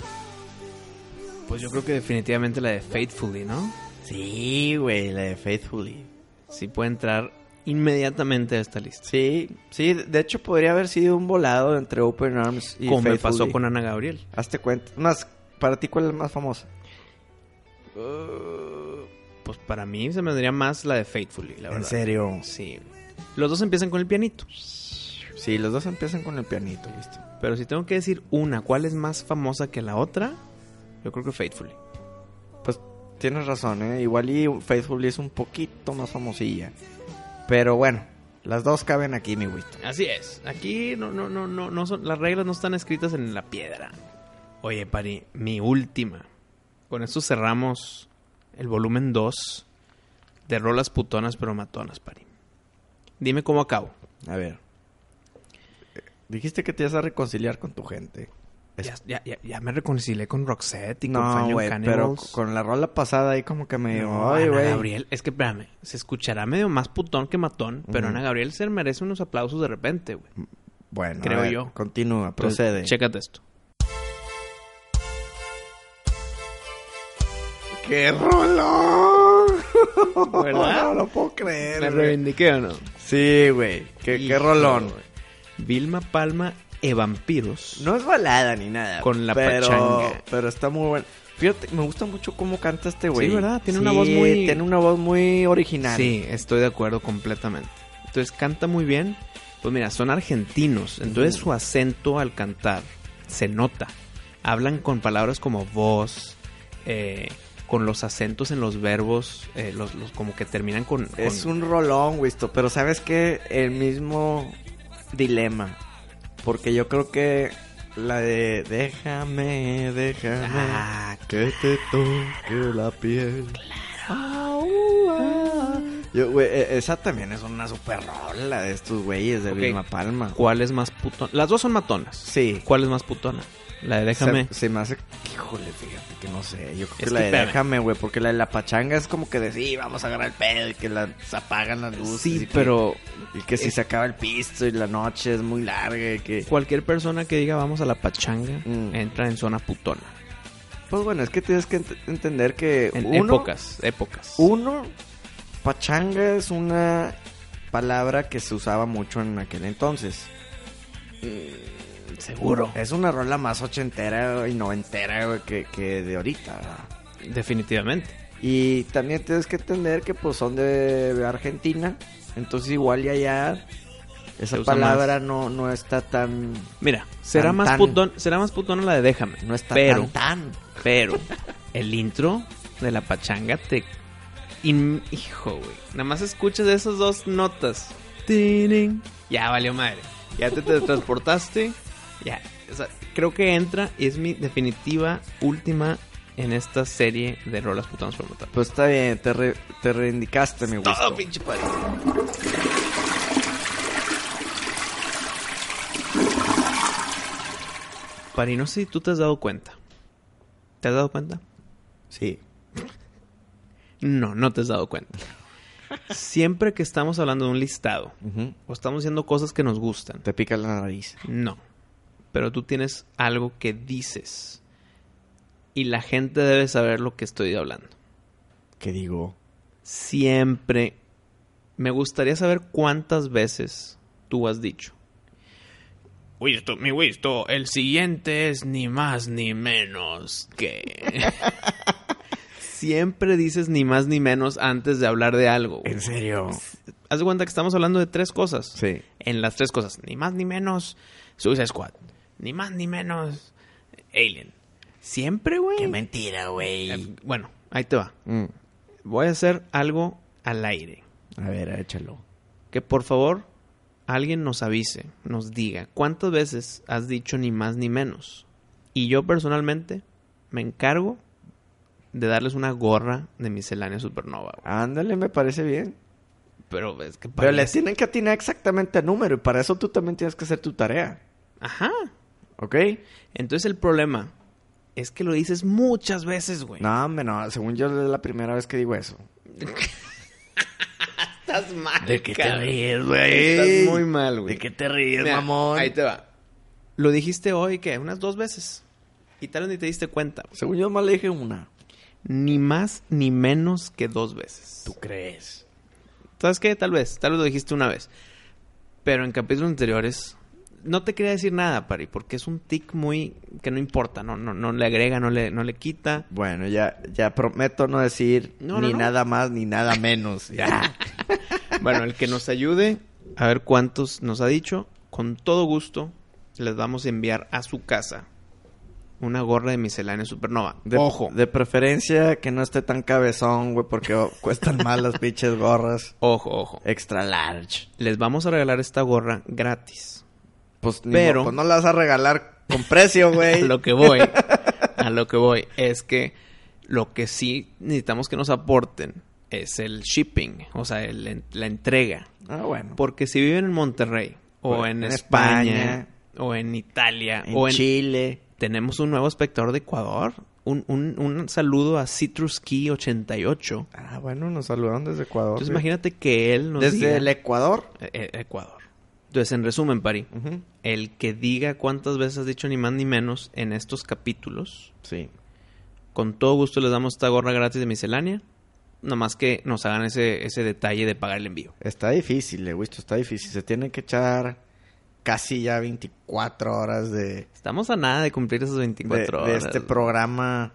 Speaker 2: Pues yo creo que definitivamente la de Faithfully, ¿no?
Speaker 1: Sí, güey, la de Faithfully.
Speaker 2: Sí puede entrar inmediatamente a esta lista.
Speaker 1: Sí, sí, de hecho podría haber sido un volado entre Open Arms y
Speaker 2: Como me
Speaker 1: Faithfully.
Speaker 2: pasó con Ana Gabriel.
Speaker 1: Hazte cuenta. Más, ¿para ti cuál es la más famosa?
Speaker 2: Pues para mí se me vendría más la de Faithfully, la verdad.
Speaker 1: serio?
Speaker 2: Sí. Los dos empiezan con el pianito.
Speaker 1: Sí, los dos empiezan con el pianito, ¿viste?
Speaker 2: Pero si tengo que decir una, ¿cuál es más famosa que la otra? Yo creo que Faithfully.
Speaker 1: Pues tienes razón, ¿eh? Igual y Faithfully es un poquito más famosilla. Pero bueno, las dos caben aquí, mi güito.
Speaker 2: Así es. Aquí no, no, no, no, no son, las reglas no están escritas en la piedra. Oye, Pari, mi última. Con esto cerramos el volumen 2 de rolas putonas pero matonas, Pari. Dime cómo acabo.
Speaker 1: A ver. Dijiste que te ibas a reconciliar con tu gente. Es-
Speaker 2: Ya, ya- ya- ya me reconcilié con Roxette y con
Speaker 1: no,
Speaker 2: Fanion
Speaker 1: güey, pero
Speaker 2: Cannibals.
Speaker 1: con la rola pasada ahí como que me...
Speaker 2: No,
Speaker 1: Ay,
Speaker 2: Ana
Speaker 1: güey.
Speaker 2: Gabriel, es que espérame, se escuchará medio más putón que matón, pero
Speaker 1: Ujú.
Speaker 2: Ana Gabriel se merece unos aplausos de repente, güey.
Speaker 1: Bueno, a
Speaker 2: creo
Speaker 1: ver,
Speaker 2: yo.
Speaker 1: Continúa,
Speaker 2: Entonces,
Speaker 1: procede.
Speaker 2: Chécate esto. ¡Qué rolón! ¿Verdad?
Speaker 1: No lo puedo creer,
Speaker 2: ¿Me
Speaker 1: güey.
Speaker 2: reivindiqué o no?
Speaker 1: Sí, güey. Qué, qué
Speaker 2: Híjole,
Speaker 1: rolón.
Speaker 2: güey. Vilma Palma e Vampiros.
Speaker 1: No es balada ni nada.
Speaker 2: Con la
Speaker 1: pero,
Speaker 2: pachanga.
Speaker 1: Pero está muy bueno. Fíjate, me gusta mucho cómo canta este güey.
Speaker 2: ¿verdad? Tiene una voz muy-
Speaker 1: Tiene una voz muy original.
Speaker 2: Sí, estoy de acuerdo completamente. Entonces canta muy bien. Pues mira, son argentinos.
Speaker 1: Mm.
Speaker 2: Entonces su acento al cantar se nota. Hablan con palabras como voz, eh, con los acentos en los verbos, eh, los, los como que terminan con... con-
Speaker 1: Es un rolón, güey, esto, Pero sabes que el mismo dilema. Porque yo creo que la de déjame, déjame.
Speaker 2: Ah,
Speaker 1: que te toque la piel. Au, ah. Yo, güey, e- esa también es una super rola de estos güeyes de
Speaker 2: Ok.
Speaker 1: Vilma Palma.
Speaker 2: ¿Cuál es más putona? Las dos son matonas.
Speaker 1: Sí.
Speaker 2: ¿Cuál es más putona? La de déjame...
Speaker 1: Se, se me hace. Híjole, fíjate que no sé. Yo creo que
Speaker 2: Es
Speaker 1: la
Speaker 2: que
Speaker 1: de
Speaker 2: espérame.
Speaker 1: déjame, güey. Porque la de la pachanga es como que de sí, vamos a agarrar el pedo y que la, se apagan las luces. y
Speaker 2: Sí,
Speaker 1: que-
Speaker 2: pero
Speaker 1: Y que si se acaba el pisto y la noche es muy larga y que...
Speaker 2: cualquier persona que diga vamos a la pachanga
Speaker 1: Mm.
Speaker 2: entra en zona putona.
Speaker 1: Pues bueno, es que tienes que ent- entender que
Speaker 2: En
Speaker 1: uno,
Speaker 2: épocas, épocas.
Speaker 1: uno, pachanga es una palabra que se usaba mucho en aquel entonces.
Speaker 2: Seguro.
Speaker 1: Es una rola más ochentera y noventera güey, que, que de ahorita. ¿verdad?
Speaker 2: Definitivamente.
Speaker 1: Y también tienes que entender que pues son de Argentina, entonces igual y allá esa
Speaker 2: Se usa
Speaker 1: palabra no, no está tan...
Speaker 2: Mira, será
Speaker 1: Tan,
Speaker 2: más
Speaker 1: tan.
Speaker 2: putón, será más putona la de déjame.
Speaker 1: No está
Speaker 2: pero,
Speaker 1: tan tan...
Speaker 2: pero el intro de la pachanga te in- hijo, güey. Nada más escuchas esas dos notas. Tiring. Ya valió madre. Ya te, te transportaste. Ya, o sea, creo que entra y es mi definitiva última en esta serie de rolas putonas por matar.
Speaker 1: Pues está bien, te, re- te reindicaste, mi gusto.
Speaker 2: Todo pinche padre. Pari, no sé si tú te has dado cuenta. ¿Te has dado cuenta?
Speaker 1: Sí.
Speaker 2: No, no te has dado cuenta. Siempre que estamos hablando de un listado
Speaker 1: Ujú.
Speaker 2: o estamos haciendo cosas que nos gustan,
Speaker 1: Te pica la nariz.
Speaker 2: no. Pero tú tienes algo que dices y la gente debe saber lo que estoy hablando.
Speaker 1: ¿Qué digo?
Speaker 2: siempre. Me gustaría saber cuántas veces tú has dicho. Wisto, mi Wisto, el siguiente es ni más ni menos que. siempre dices ni más ni menos antes de hablar de algo. güey.
Speaker 1: ¿En serio?
Speaker 2: Haz de cuenta que estamos hablando de tres cosas.
Speaker 1: Sí.
Speaker 2: En las tres cosas, ni más ni menos Suicide Squad, ni más ni menos Alien. Siempre, güey.
Speaker 1: mentira,
Speaker 5: Em,
Speaker 1: Mm.
Speaker 2: Eh,
Speaker 1: güey.
Speaker 2: Bueno, ahí te va. Voy a hacer algo al aire.
Speaker 1: A ver, échalo.
Speaker 2: Que por favor alguien nos avise, nos diga cuántas veces has dicho ni más ni menos. Y yo personalmente me encargo de darles una gorra de miscelánea supernova. güey.
Speaker 1: Ándale, me parece bien.
Speaker 2: Pero es que
Speaker 1: Pero le
Speaker 2: parece-
Speaker 1: tienen que atinar exactamente el número y para eso tú también tienes que hacer tu tarea.
Speaker 2: Ajá.
Speaker 1: ¿Ok?
Speaker 2: Entonces el problema es que lo dices muchas veces, güey.
Speaker 1: No, hombre, no. Según yo es la primera vez que digo eso.
Speaker 2: estás mal. cabrón.
Speaker 1: güey?
Speaker 2: Estás muy mal, güey.
Speaker 1: te ríes,
Speaker 2: Mira, Ahí te va. Lo dijiste hoy, que Unas dos veces. Y tal vez ni te diste cuenta. güey.
Speaker 1: Según yo más le dije una.
Speaker 2: Ni más ni menos que dos veces.
Speaker 1: crees?
Speaker 2: ¿Sabes qué? Tal vez, tal vez lo dijiste una vez. Pero en capítulos anteriores no te quería decir nada, Pari, porque es un tic muy que no importa, no no no le agrega, no le no le quita.
Speaker 1: Bueno, ya, ya prometo no decir
Speaker 2: No, no,
Speaker 1: ni
Speaker 2: no.
Speaker 1: nada más ni nada menos. Ya.
Speaker 2: Bueno, el que nos ayude a ver cuántos nos ha dicho, con todo gusto les vamos a enviar a su casa una gorra de miscelánea supernova.
Speaker 5: De,
Speaker 2: Ojo.
Speaker 5: De preferencia que no esté tan cabezón, güey, porque oh, cuestan mal las pinches gorras.
Speaker 2: Ojo, ojo.
Speaker 5: Extra large.
Speaker 2: Les vamos a regalar esta gorra gratis.
Speaker 5: Pues, ni
Speaker 2: Pero-
Speaker 5: modo, pues no la vas a regalar con precio, güey.
Speaker 2: A lo que voy, a lo que voy, es que lo que sí necesitamos que nos aporten es el shipping, o sea, el en- la entrega.
Speaker 5: Ah, bueno.
Speaker 2: Porque si viven en Monterrey, o
Speaker 5: Bueno,
Speaker 2: en,
Speaker 5: en
Speaker 2: España,
Speaker 5: España,
Speaker 2: o en Italia,
Speaker 5: en
Speaker 2: o en
Speaker 5: Chile.
Speaker 2: Tenemos un nuevo espectador de Ecuador. Un, un- un saludo a Citrus Key 88.
Speaker 5: Ah, bueno, nos saludaron desde Ecuador.
Speaker 2: Entonces
Speaker 5: güey.
Speaker 2: imagínate que él nos
Speaker 5: Desde
Speaker 2: diga-
Speaker 5: el Ecuador.
Speaker 2: Eh, eh, Ecuador. Entonces, en resumen, Pari,
Speaker 5: Ujú.
Speaker 2: el que diga cuántas veces has dicho ni más ni menos en estos capítulos,
Speaker 5: Sí.
Speaker 2: Con todo gusto les damos esta gorra gratis de miscelánea. Nomás que nos hagan ese, ese detalle de pagar el envío.
Speaker 5: Está difícil, eh, güey, esto está difícil. Se tiene que echar casi ya 24 horas de,
Speaker 2: Estamos a nada de cumplir esas
Speaker 5: de-
Speaker 2: 24
Speaker 5: de
Speaker 2: horas.
Speaker 5: este programa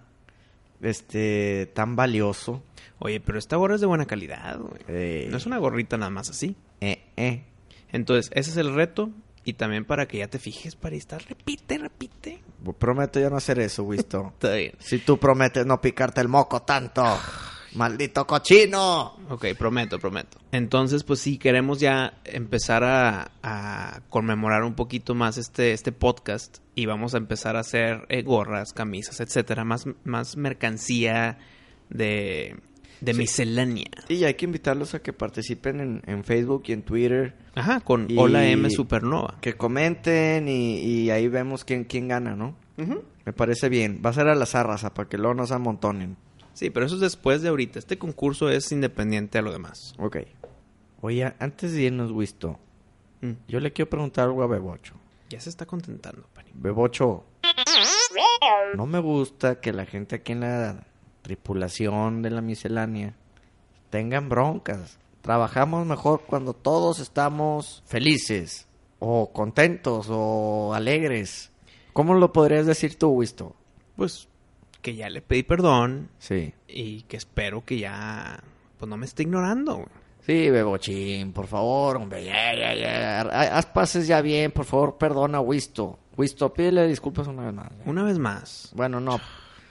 Speaker 5: este tan valioso.
Speaker 2: Oye, pero esta gorra es de buena calidad, güey.
Speaker 5: Eh,
Speaker 2: No es una gorrita nada más así.
Speaker 5: eh, eh.
Speaker 2: Entonces, ese es el reto. Y también para que ya te fijes, para estar, repite, repite.
Speaker 5: Eh, Prometo ya no hacer eso, Wisto.
Speaker 2: Está bien.
Speaker 5: si tú prometes no picarte el moco tanto. ¡Maldito cochino!
Speaker 2: Ok, prometo, prometo. Entonces, pues sí, queremos ya empezar a, a conmemorar un poquito más este, este podcast y vamos a empezar a hacer eh, gorras, camisas, etcétera, más, más mercancía de, de miscelánea.
Speaker 5: Y hay que invitarlos a que participen en, en Facebook y en Twitter.
Speaker 2: Ajá, con
Speaker 5: Y-
Speaker 2: Hola M Supernova.
Speaker 5: Que comenten y, y ahí vemos quién, quién gana, ¿no? Me parece bien. Va a ser a las arrasas para que luego nos amontonen.
Speaker 2: Sí, pero eso es después de ahorita. Este concurso es independiente a lo demás.
Speaker 5: Ok. Oye, antes de irnos, Wisto,
Speaker 2: Mm.
Speaker 5: yo le quiero preguntar algo a Bebocho.
Speaker 2: Ya se está contentando, Pani.
Speaker 5: Bebocho, no me gusta que la gente aquí en la tripulación de la miscelánea tengan broncas. Trabajamos mejor cuando todos estamos felices, o contentos, o alegres. ¿Cómo lo podrías decir tú, Wisto?
Speaker 2: Pues que ya le pedí perdón
Speaker 5: Sí.
Speaker 2: y que espero que ya pues no me esté ignorando. güey.
Speaker 5: Sí, Bebochín, por favor, hombre, ya, ya, ya. Ha- Haz pases ya bien, por favor, perdona a Wisto. Wisto, pídele disculpas una vez más.
Speaker 2: Una vez más.
Speaker 5: Bueno, no.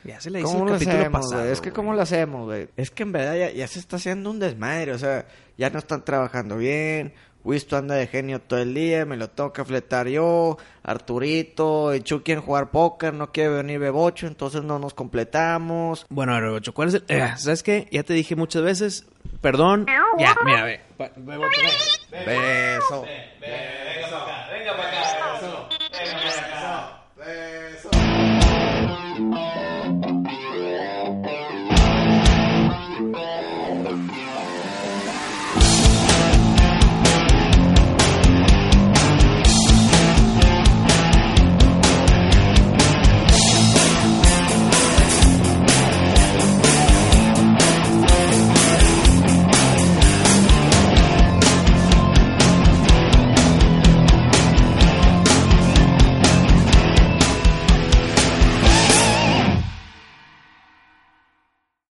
Speaker 2: Ya se le hizo
Speaker 5: ¿Cómo
Speaker 2: el
Speaker 5: lo
Speaker 2: capítulo
Speaker 5: hacemos,
Speaker 2: pasado.
Speaker 5: güey? Es que
Speaker 2: güey.
Speaker 5: ¿cómo lo hacemos, güey? Es que en verdad ya, ya se está haciendo un desmadre, o sea, ya no están trabajando bien. Wisto anda de genio todo el día, me lo toca fletar yo. Arturito, y Chu quieren jugar póker, no quiere venir Bebocho, entonces no nos completamos.
Speaker 2: Bueno, a ver, Bebocho, ¿cuál es el...? eh, ¿Sabes qué? Ya te dije muchas veces, perdón. Ya, mira, ve. Pa- Bebocho, ve.
Speaker 5: Beso, beso,